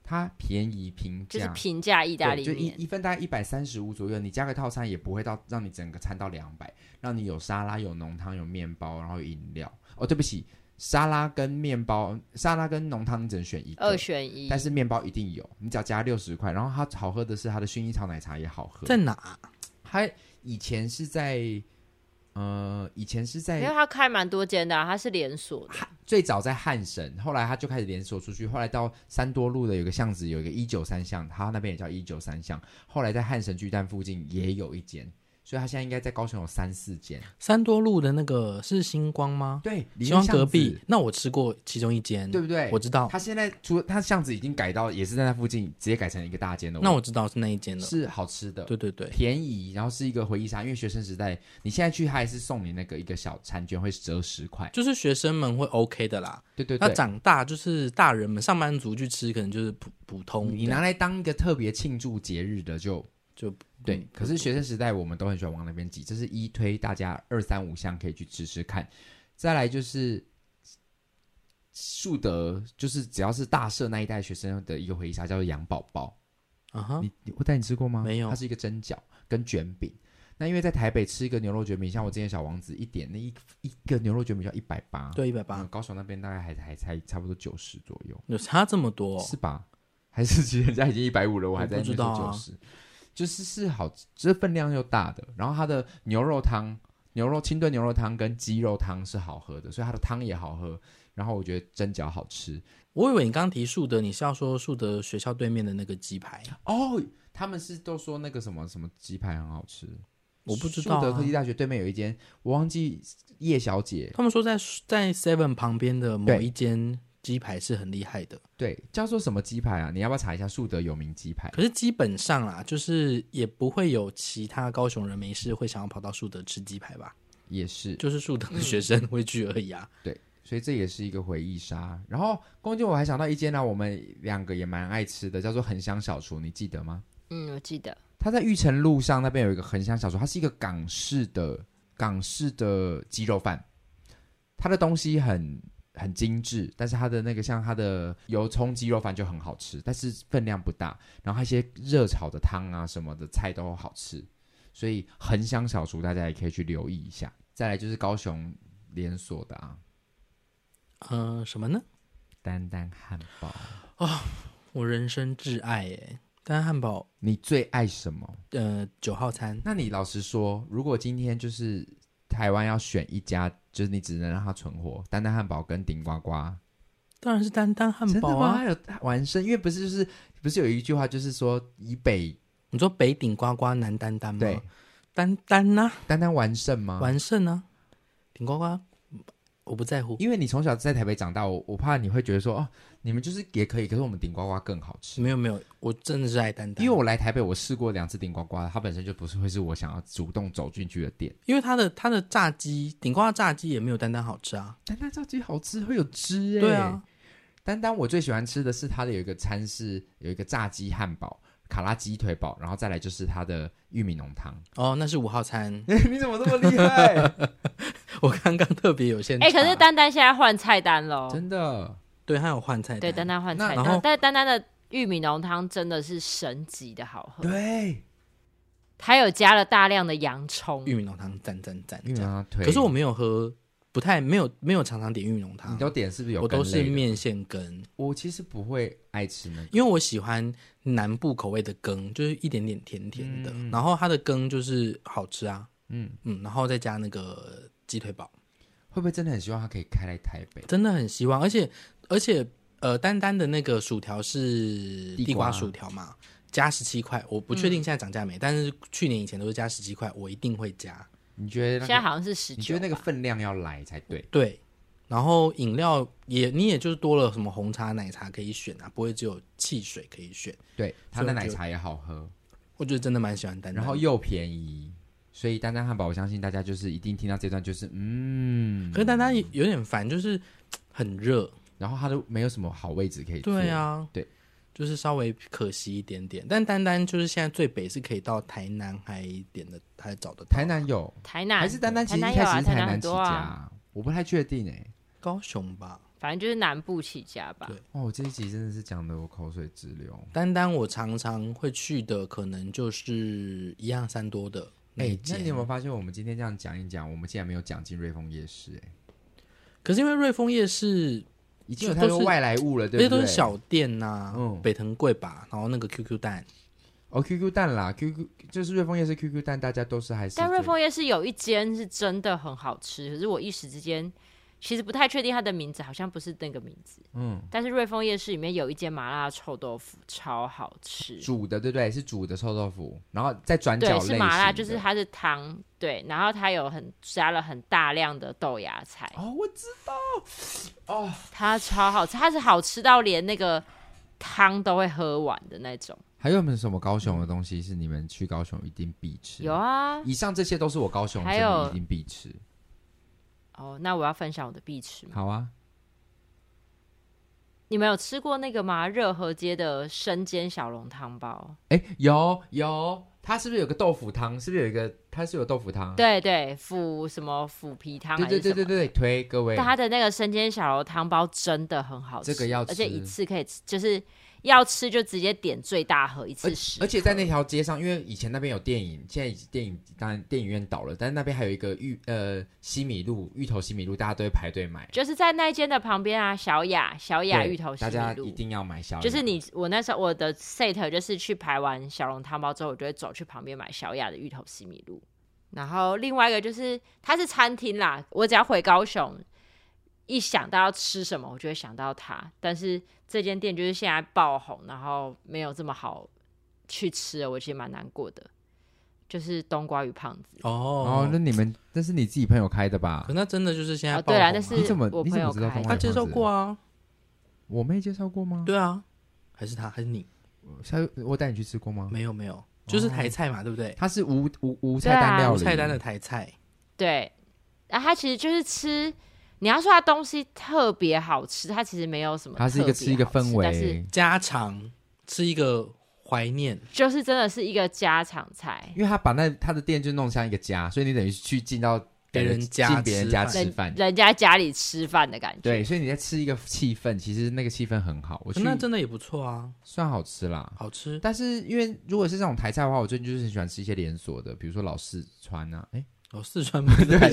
S1: 它便宜平
S3: 就是
S1: 价。
S3: 平价意大
S1: 对
S3: 利
S1: 就一
S3: 面，
S1: 一份大概一百三十五左右，你加个套餐也不会到让你整个餐到两百，让你有沙拉、有浓汤、有面包，然后有饮料。哦，对不起，沙拉跟面包，沙拉跟浓汤你只能选一
S3: 二
S1: 个，
S3: 选一。
S1: 但是面包一定有，你只要加六十块。然后它好喝的是它的薰衣草奶茶也好喝，
S2: 在哪？啊
S1: 它以前是在。呃，以前是
S3: 没有，
S1: 在
S3: 它开蛮多间的、啊，它是连锁的。
S1: 最早在汉神，后来它就开始连锁出去，后来到三多路的有个巷子有一个一九三巷，它那边也叫一九三巷，后来在汉神巨蛋附近也有一间，所以它现在应该在高雄有三四间。
S2: 三多路的那个是星光吗？
S1: 对，里
S2: 星
S1: 面
S2: 光
S1: 巷
S2: 隔
S1: 子
S2: 壁。那我吃过其中一间，
S1: 对不对
S2: 嗯我知道，
S1: 它现在除它巷子已经改到也是在那附近，直接改成一个大间的。
S2: 那我知道是那一间了。
S1: 是好吃的，
S2: 对对对，
S1: 便宜，然后是一个回忆杀，因为学生时代，你现在去它还是送你那个一个小餐券，会折十块。
S2: 就是学生们会 OK 的啦。
S1: 对对
S2: 那
S1: 对，
S2: 长大就是大人们、上班族去吃，可能就是普普通的。
S1: 你拿来当一个特别庆祝节日的就
S2: 就
S1: 对，
S2: 嗯
S1: 可是学生时代我们都很喜欢往那边挤，这是一推大家二三五项可以去吃吃看。再来就是树德，就是只要是大社那一代学生的一个回忆杀，叫做羊宝宝。
S2: 啊哈
S1: 你你我带你吃过吗？
S2: 没有
S1: 它是一个蒸饺跟卷饼，那因为在台北吃一个牛肉卷饼，像我之前小王子一点那一一个牛肉卷饼要一百八，
S2: 对，一百
S1: 嗯，
S2: 八，
S1: 高雄那边大概还还才差不多九十左右，
S2: 有差这么多哦，
S1: 是吧？还是其实人家已经一百五了，我还在那边
S2: 我
S1: 说
S2: 不知道
S1: 九
S2: 啊
S1: 十、就是是好，这分量又大的，然后它的牛肉汤、牛肉清炖牛肉汤跟鸡肉汤是好喝的，所以它的汤也好喝，然后我觉得蒸饺好吃
S2: 我以为你刚刚提树德，你是要说树德学校对面的那个鸡排，啊
S1: 哦。他们是都说那个什么什么鸡排很好吃，
S2: 我不知道、
S1: 树德科
S2: 啊
S1: 技。大学对面有一间，我忘记叶小姐
S2: 他们说在在 Seven 旁边的某
S1: 对
S2: 一间鸡排是很厉害的，
S1: 对叫做什么鸡排啊？你要不要查一下树德有名鸡排？
S2: 可是基本上啦，就是也不会有其他高雄人没事会想要跑到树德吃鸡排吧，
S1: 也是，
S2: 就是树德的学生会去而已啊。
S1: 所以这也是一个回忆杀。然后公鸡，我还想到一间呢、啊我们两个也蛮爱吃的，叫做恒香小厨，你记得吗？
S3: 嗯，我记得
S1: 它在玉成路上那边有一个恒香小厨，它是一个港式的港式的鸡肉饭，它的东西很很精致，但是它的那个像它的油葱鸡肉饭就很好吃，但是分量不大，然后它一些热炒的汤啊什么的菜都好吃，所以恒香小厨大家也可以去留意一下。再来就是高雄连锁的啊，
S2: 嗯、什么呢？
S1: 丹丹汉堡。
S2: 我人生挚爱耶，但汉堡，
S1: 你最爱什么？
S2: 呃，九号餐，
S1: 那你老实说，如果今天就是台湾要选一家，就是你只能让它存活，丹丹汉堡跟顶呱呱，
S2: 当然是丹丹汉
S1: 真的
S2: 堡
S1: 吗？
S2: 啊。
S1: 还有完胜，因为不是就是不是有一句话就是说以北
S2: 你说北顶呱呱，南丹丹吗？
S1: 对，嗯
S2: 丹丹呐、
S1: 丹丹完胜吗？
S2: 嗯完胜啊，顶呱呱，我不在乎，
S1: 因为你从小在台北长大，我我怕你会觉得说哦，你们就是也可以，可是我们顶呱呱更好吃。
S2: 没有没有，我真的是爱丹丹，
S1: 因为我来台北，我试过两次顶呱呱，它本身就不是会是我想要主动走进去的店。
S2: 因为它的它的炸鸡顶呱呱炸鸡也没有丹丹好吃啊。
S1: 丹丹炸鸡好吃，会有汁哎、
S2: 对啊，
S1: 丹丹我最喜欢吃的是它的有一个餐是有一个炸鸡汉堡、卡拉鸡腿堡，然后再来就是它的玉米浓
S2: *laughs*
S1: 汤。
S2: 哦，那是五号餐， *laughs*
S1: 你怎么这么厉害？
S2: 我刚刚特别有限。啊
S3: 哎、可是丹丹现在换菜单喽，
S1: *laughs* 真的，
S2: 对，它有换菜单，
S3: 对，丹丹换菜
S2: 那然后
S3: 单，但是丹丹的玉米浓汤真的是神级的好喝，
S1: 对，
S3: 它有加了大量的洋葱，
S2: 玉米浓汤赞赞赞
S1: 玉米
S2: 这样。
S1: 浓汤腿。
S2: 可是我没有喝，不太没有没有常常点玉米浓汤
S1: 你，都点是不是有？
S2: 我都是。面线羹，
S1: 我其实不会爱吃那个，
S2: 因为我喜欢南部口味的羹，就是一点点甜甜的，然后它的羹就是好吃啊，
S1: 嗯
S2: 嗯，然后再加那个鸡腿堡，
S1: 会不会真的很希望它可以开来台北？
S2: 真的很希望，而且而且呃，丹丹的那个薯条是
S1: 地
S2: 地瓜
S1: 瓜嗯
S2: 薯条嘛，加十七块，我不确定现在涨价没，但是去年以前都是加十七块，我一定会加。
S1: 你觉得
S3: 现在
S1: 那个？
S3: 好像是十
S1: 你觉得
S3: 九
S1: 那。个分量要来才对？
S2: 对，然后饮料也你也就是多了什么红茶、奶茶可以选啊，不会只有汽水可以选。
S1: 对，它的奶茶也好喝，
S2: 我觉得真的蛮喜欢丹丹的，
S1: 然后又便宜，所以丹丹汉堡，我相信大家就是一定听到这段就是嗯，
S2: 可是丹丹也有点烦，就是嘖很热。
S1: 然后它都没有什么好位置可以坐。
S2: 对啊，
S1: 对，
S2: 就是稍微可惜一点点。但丹丹就是现在最北是可以到台南还点的，还找得到
S1: 台南有，
S3: 台南
S1: 还是丹丹其实一
S3: 台
S1: 开
S3: 南有啊
S1: 始是台
S3: 台南很
S1: 起
S3: 多
S1: 家，
S3: 啊，
S1: 我不太确定哎、
S2: 高雄吧。
S3: 反正就是南部起家吧
S2: 对。
S1: 哦，这一集真的是讲的我口水直流。
S2: 丹丹我常常会去的，可能就是一样三多的
S1: 哎、
S2: 那一
S1: 那
S2: 间。
S1: 你有没有发现我们今天这样讲一讲，我们竟然没有讲进瑞丰夜市、哎，
S2: 可是因为瑞丰夜市
S1: 已经有太
S2: 都
S1: 多
S2: 是
S1: 外来物了，
S2: 那
S1: 对
S2: 些
S1: 不对？
S2: 都是小店呐、
S1: 嗯
S2: 北藤贵吧，然后那个 QQ 蛋，
S1: 哦，QQ 蛋啦，QQ 就是瑞丰夜市 QQ 蛋，大家都是还是
S3: 但瑞
S1: 觉得
S3: 丰夜市有一间是真的很好吃，可是我一时之间其实不太确定它的名字，好像不是那个名字。
S1: 嗯
S3: 但是瑞丰夜市里面有一间麻辣臭豆腐，超好吃。
S1: 煮的，对不对？是煮的臭豆腐，然后再转角
S3: 对，
S1: 类
S3: 是麻辣，
S1: 型
S3: 就是
S1: 的
S3: 它是汤，对，然后它有很加了很大量的豆芽菜，
S1: 哦，我知
S3: 它超好吃，它是好吃到连那个汤都会喝完的那种。
S1: 还有没有什么高雄的东西是你们去高雄一定必吃？
S3: 有，啊，
S1: 以上这些都是我高雄
S3: 还
S1: 真的
S3: 有
S1: 一定必吃。
S3: 哦，那我要分享我的必吃嘛。
S1: 好啊，
S3: 你们有吃过那个吗？热河街的生煎小笼汤包，
S1: 哎，有有，它是不是有个豆腐汤？是不是有一个？它是有豆腐汤？
S3: 对对，腐什么腐皮汤
S1: 嗯对
S3: 还
S1: 对
S3: 是什
S1: 对
S3: 么？
S1: 对对，推各位
S3: 但，它的那个生煎小笼汤包真的很好吃，
S1: 这个要吃
S3: 而且一次可以吃，就是要吃就直接点最大盒一次十
S1: 而且在
S3: 颗
S1: 那条街上，因为以前那边有电影，现在已经电影当然电影院倒了，但是那边还有一个芋呃西米露芋头西米露，大家都会排队买。
S3: 就是在那一间的旁边啊，小雅小雅
S1: 对
S3: 芋头西
S1: 大家一
S3: 米露。
S1: 定要买小。
S3: 就是，你，我那时候我的 set 就是去排完小笼汤包之后，我就会走去旁边买小雅的芋头西米露。然后另外一个就是它是餐厅啦，我只要回高雄，一想到要吃什么，我就会想到它。但是这间店就是现在爆红，然后没有这么好去吃了，我其实蛮难过的。就是冬瓜与胖子，
S1: 哦
S2: 哦，，
S1: 那你们那是你自己朋友开的吧
S2: 可？那真的就是现在
S3: 哦
S2: 爆
S3: 对啦
S2: 红
S3: 但
S2: 啊
S3: 是
S1: 你怎么
S3: 我
S1: 你
S3: 朋
S1: 怎么
S3: 友
S1: 知道
S3: 开
S1: 东莞
S3: 的
S2: 他
S1: 有
S2: 介
S1: 胖
S2: 绍
S1: 子
S2: 过啊，
S1: 我妹介绍过吗？
S2: 对啊，还是他还是你？
S1: 下次我带你去吃过吗？
S2: 没有没有，就是台菜嘛，对不对？
S1: 它是无无无
S3: 对
S1: 菜
S3: 啊
S1: 单料
S2: 无
S1: 哦理，
S2: 菜单的台菜，
S3: 对，啊，它其实就是吃。你要说它东西特别好吃，它其实没有什么特别
S1: 它
S3: 好吃，
S1: 是一个吃一个氛
S3: 但是
S1: 围，
S2: 家常吃一个怀念，
S3: 就是真的是一个家常菜。
S1: 因为他把那他的店就弄像一个家，所以你等于是去进到
S2: 别人家
S1: 进别人家
S2: 吃
S1: 吃
S3: 人
S1: 饭，
S3: 人家家里吃饭的感觉。
S1: 对，所以你在吃一个气氛，其实那个气氛很好，我
S2: 可
S1: 去
S2: 那真的也不错啊，
S1: 算好吃啦。
S2: 好吃。
S1: 但是因为如果是这种台菜的话，我最近就是很喜欢吃一些连锁的，比如说老四川啊，哎，
S2: 哦，四川不是台，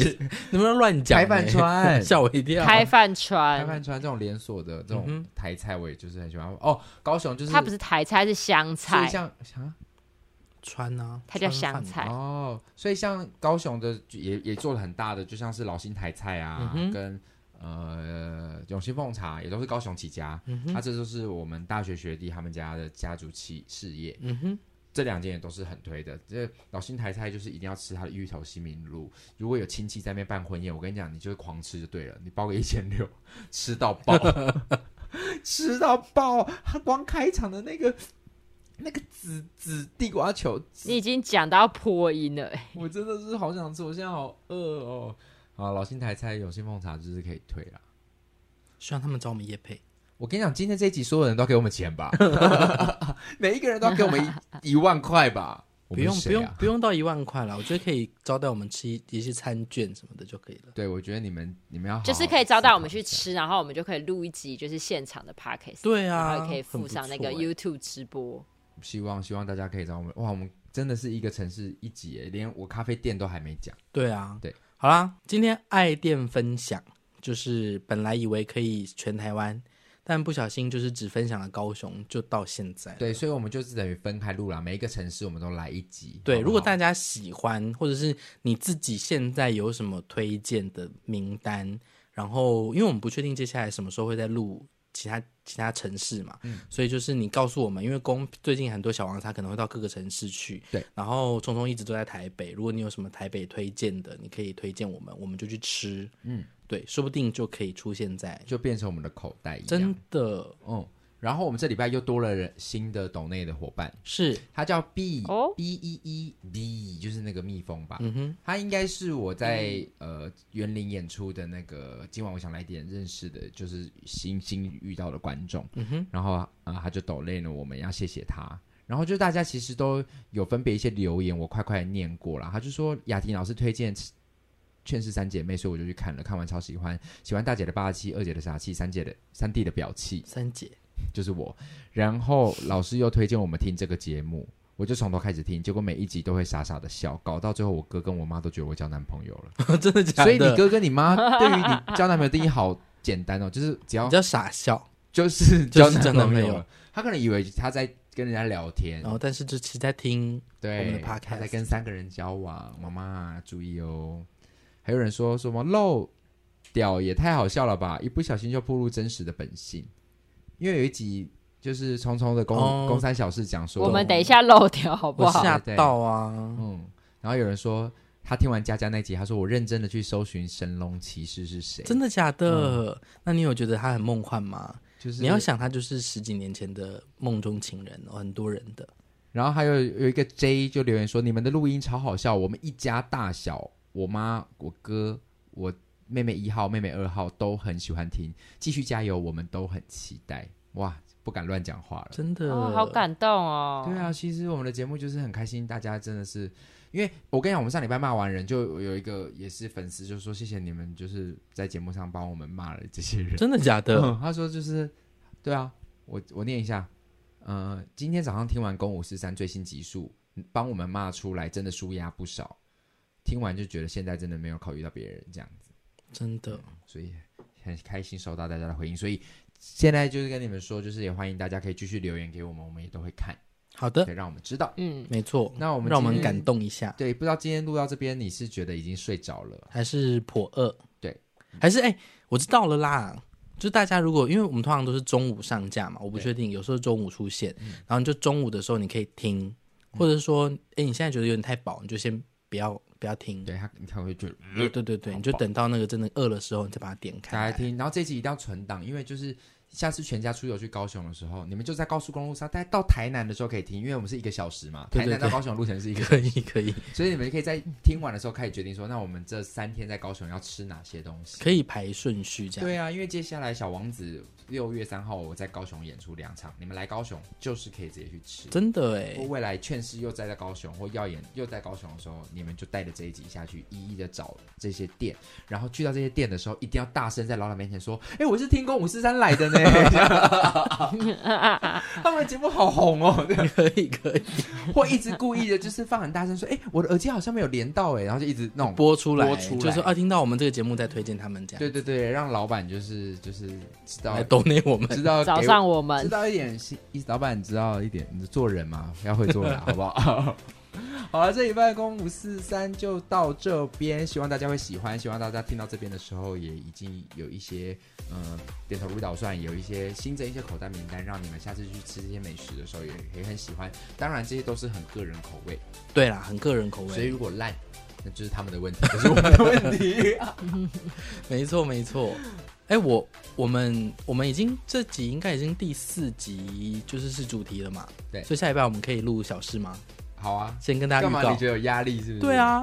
S2: 能不能乱讲欸？
S1: 开饭川
S2: *laughs* 吓我一跳。
S3: 开饭
S1: 开
S3: 川，
S1: 饭川这种连锁的这
S2: 嗯
S1: 种台菜，我也就是很喜欢。哦，高雄就是
S3: 它不是台菜，是湘
S1: 所以
S3: 菜。
S1: 像啊
S2: 川啊，
S3: 它叫
S2: 川饭
S3: 湘菜
S1: 哦，所以像高雄的就也也做了很大的，就像是老新台菜
S2: 嗯
S1: 啊，
S2: 哼
S1: 跟呃永兴凤茶也都是高雄起家。
S2: 嗯
S1: 那、这就是我们大学学弟他们家的家族企事业，
S2: 嗯哼，
S1: 这两间也都是很推的。这老新台菜就是一定要吃它的芋头西米露，如果有亲戚在那边办婚宴，我跟你讲，你就是狂吃就对了，你包个一千六， *laughs* 吃到爆。 *laughs* 吃到爆！他光开场的那个那个紫紫地瓜球，
S3: 你已经讲到破音了、
S1: *laughs*
S3: 欸
S1: 我真的是好想吃，我现在好饿哦。好，老新台菜永兴凤茶就是可以推啦。
S2: 希望他们找我们叶配。
S1: 我跟你讲，今天这一集所有人都要给我们钱吧， *laughs* 每一个人都要给我们一 *laughs* 一万块吧。我
S2: 不
S1: 们
S2: 用
S1: 是
S2: 不
S1: 谁
S2: 用
S1: 啊？
S2: 不用到一万块了，我觉得可以招待我们吃一一些餐券什么的就可以了。
S1: 对，我觉得你们你们要好好
S3: 就是可以招待我们
S1: 思考
S3: 去
S1: 一下。
S3: 吃，然后我们就可以录一集就是现场的 podcast，、
S2: 对
S3: 然
S2: 啊，
S3: 后也可以
S2: 很
S3: 附
S2: 不
S3: 上那
S2: 错
S3: 个
S2: 欸
S3: YouTube 直播。
S1: 希望希望大家可以找我们。哇，我们真的是一个城市一集耶，连我咖啡店都还没讲。
S2: 对啊，
S1: 对，
S2: 好啦，今天爱店分享就是本来以为可以全台湾，但不小心就是只分享了高雄，就到现在了。
S1: 对，所以我们就是等于分开录啦，每一个城市我们都来一集。
S2: 对，
S1: 好不好
S2: 如果大家喜欢，或者是你自己现在有什么推荐的名单，然后因为我们不确定接下来什么时候会再录其他其他城市嘛，所以就是你告诉我们，因为公最近很多小王他可能会到各个城市去，
S1: 对，
S2: 然后聪聪一直都在台北，如果你有什么台北推荐的，你可以推荐我们，我们就去吃，嗯，对，说不定就可以出现在
S1: 就变成我们的口袋一样。
S2: 真的
S1: 嗯，然后我们这礼拜又多了人新的岛内的伙伴。
S2: 是，
S1: 它叫 B、
S3: 哦
S1: B E E B，就是那个蜜蜂吧。
S2: 嗯哼，
S1: 它应该是我在、呃园林演出的那个，今晚我想来点认识的，就是新新遇到的观众。
S2: 嗯哼，
S1: 然后啊、呃他就抖累了，我们要谢谢他。然后就大家其实都有分别一些留言，我快快念过了。他就说雅婷老师推荐《劝世三姐妹》，所以我就去看了，看完超喜欢，喜欢大姐的霸气，二姐的傻气，三姐的三弟的表气。
S2: 三姐，
S1: 就是我。然后老师又推荐我们听这个节目，我就从头开始听，结果每一集都会傻傻的笑，搞到最后我哥跟我妈都觉得我交男朋友 *laughs* 了。
S2: *laughs* 真的假的？
S1: 所以你哥跟你妈对于你交男朋友定义好 *laughs* 简单哦，就是只要
S2: 比较傻笑，
S1: 就是
S2: 就
S1: 交
S2: 是交
S1: 男
S2: 男
S1: 朋
S2: 朋
S1: 友
S2: 友
S1: 了，嗯他可能以为他在跟人家聊天
S2: 然，后但是就其实在听。我们
S1: 对
S2: 的，podcast
S1: 他在跟三个人交往，妈妈注意哦。还有人说什么漏屌也太好笑了吧，一不小心就暴露真实的本性。因为有一集就是聪聪的公、
S2: 哦
S1: 公三小事讲说，
S3: 我们等一下漏掉好不
S2: 我
S3: 好？
S2: 吓
S1: 对对
S2: 到啊！
S1: 嗯，然后有人说他听完佳佳那集，他说我认真的去搜寻神龙骑士是谁，
S2: 真的假的？那你有觉得他很梦幻吗？
S1: 嗯就是
S2: 你要。想，他就是十几年前的梦中情人哦，很多人的。
S1: 然后还有有一个 J 就留言说你们的录音超好笑，我们一家大小，我妈、我哥、我妹妹一号、妹妹二号都很喜欢听，继续加油，我们都很期待。哇，不敢乱讲话了。
S2: 真的，
S3: 哦，好感动哦。
S1: 对，啊，其实我们的节目就是很开心，大家真的是，因为我跟你讲，我们上礼拜骂完人，就有一个也是粉丝就说谢谢你们，就是在节目上帮我们骂了这些人。嗯
S2: 真的假的？
S1: 嗯，他说就是，对啊，我我念一下，呃，今天早上听完《公五十三》最新集数，帮我们骂出来，真的舒压不少。听完就觉得现在真的没有考虑到别人这样子，
S2: 真的，
S1: 所以很开心收到大家的回应。所以现在就是跟你们说，就是也欢迎大家可以继续留言给我们，我们也都会看，
S2: 好的
S1: 可，以让我们知道。
S3: 嗯，
S2: 没错，
S1: 那我们
S2: 呃让我
S1: 今
S2: 们
S1: 天
S2: 感动一下，
S1: 对，不知道今天录到这边，你是觉得已经睡着了？
S2: 还是破二，
S1: 对，
S2: 还是哎、我知道了啦。就是大家如果，因为我们通常都是中午上架嘛，我不
S1: 对嗯
S2: 确定，有时候中午出现，然后你就中午的时候你可以听，或者说，哎、你现在觉得有点太饱，你就先不要不要听，
S1: 对他，他会觉得呃
S2: 对对对对，
S1: 好
S2: 你就
S1: 饱
S2: 等到那个真的饿的时候，你再把它点
S1: 大
S2: 开
S1: 家。听。然后这一集一定要存档，因为就是下次全家出游去高雄的时候，你们就在高速公路上，大家到台南的时候可以听，因为我们是一个小时嘛，
S2: 对对
S1: 台南到
S2: 对
S1: 高雄的路程是
S2: *laughs*
S1: 一个小时
S2: 可以可以
S1: 所以你们可以在听完的时候开始决定说，那我们这三天在高雄要吃哪些东西？
S2: 可以排顺序这样。
S1: 对啊，因为接下来小王子六月三号我在高雄演出两场，你们来高雄就是可以直接去吃。
S2: 真的哎、
S1: 或未来劝世又在在高雄，或耀眼又在高雄的时候，你们就带着这一集下去，一一的找这些店，然后去到这些店的时候，一定要大声在老板面前说：“哎、我是听公五四三来
S3: *laughs*
S1: 的呢。”他们的节目好红哦，
S2: 可以可以
S1: 或一直故意的就是放很大声说：“哎、我的耳机好像没有连到哎、然后就一直那种
S2: 播出来，
S1: 播出来
S2: 就是说啊，听到我们这个节目再推荐他们这样，
S1: 对对对，让老板就是就是知道
S2: 来抖内我们。
S1: 知道
S3: 早
S1: 给
S3: 上我
S1: 知
S3: 们
S1: 道一点心，一老板知道一点，你做人嘛要会做人，啊好不好？ *laughs* 好了，这礼拜的公五四三就到这边，希望大家会喜欢，希望大家听到这边的时候也已经有一些呃点头如捣蒜，有一些新增一些口袋名单，让你们下次去吃这些美食的时候也可以很喜欢。当然这些都是很个人口味，
S2: 对啦，很个人口
S1: 所以
S2: 味，
S1: 如果烂，那就是他们的 *laughs* 问题，不是我们的问题。
S2: 没错没错。哎、我我们我们已经这集应该已经第四集，就是是主题了嘛。
S1: 对
S2: 所以下礼拜我们可以录小事吗？
S1: 好啊，
S2: 先跟大家
S1: 干
S2: 预
S1: 嘛你
S2: 告。
S1: 觉得有压力是不是？
S2: 对啊，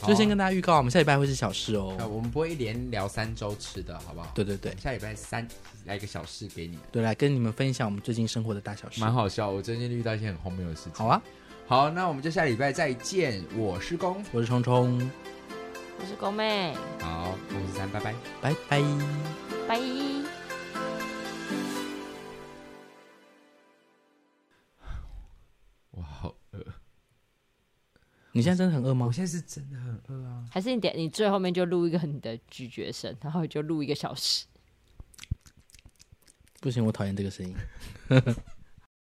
S1: 好啊，
S2: 就先跟大家预告，我们下礼拜会是小事
S1: 啊，
S2: 哦。
S1: 我们不会连聊三周吃的，好不好？
S2: 对对对
S1: 下礼拜三来一个小事给你，
S2: 对，来跟你们分享我们最近生活的大小事。
S1: 蛮好笑。我最近遇到一些很荒谬的事情。
S2: 好，啊，
S1: 好，那我们就下礼拜再见。我是公，
S2: 我是冲冲，
S3: 我是公妹，
S1: 好，我是三，拜拜。
S2: 拜拜。
S3: 拜。
S1: 哇，好饿，
S2: 你现在真的很饿吗
S1: 我？现在是真的很饿啊。
S3: 还是你点，你最后面就录一个你的咀嚼声，然后就录一个小时。
S2: 不行，我讨厌这个声音。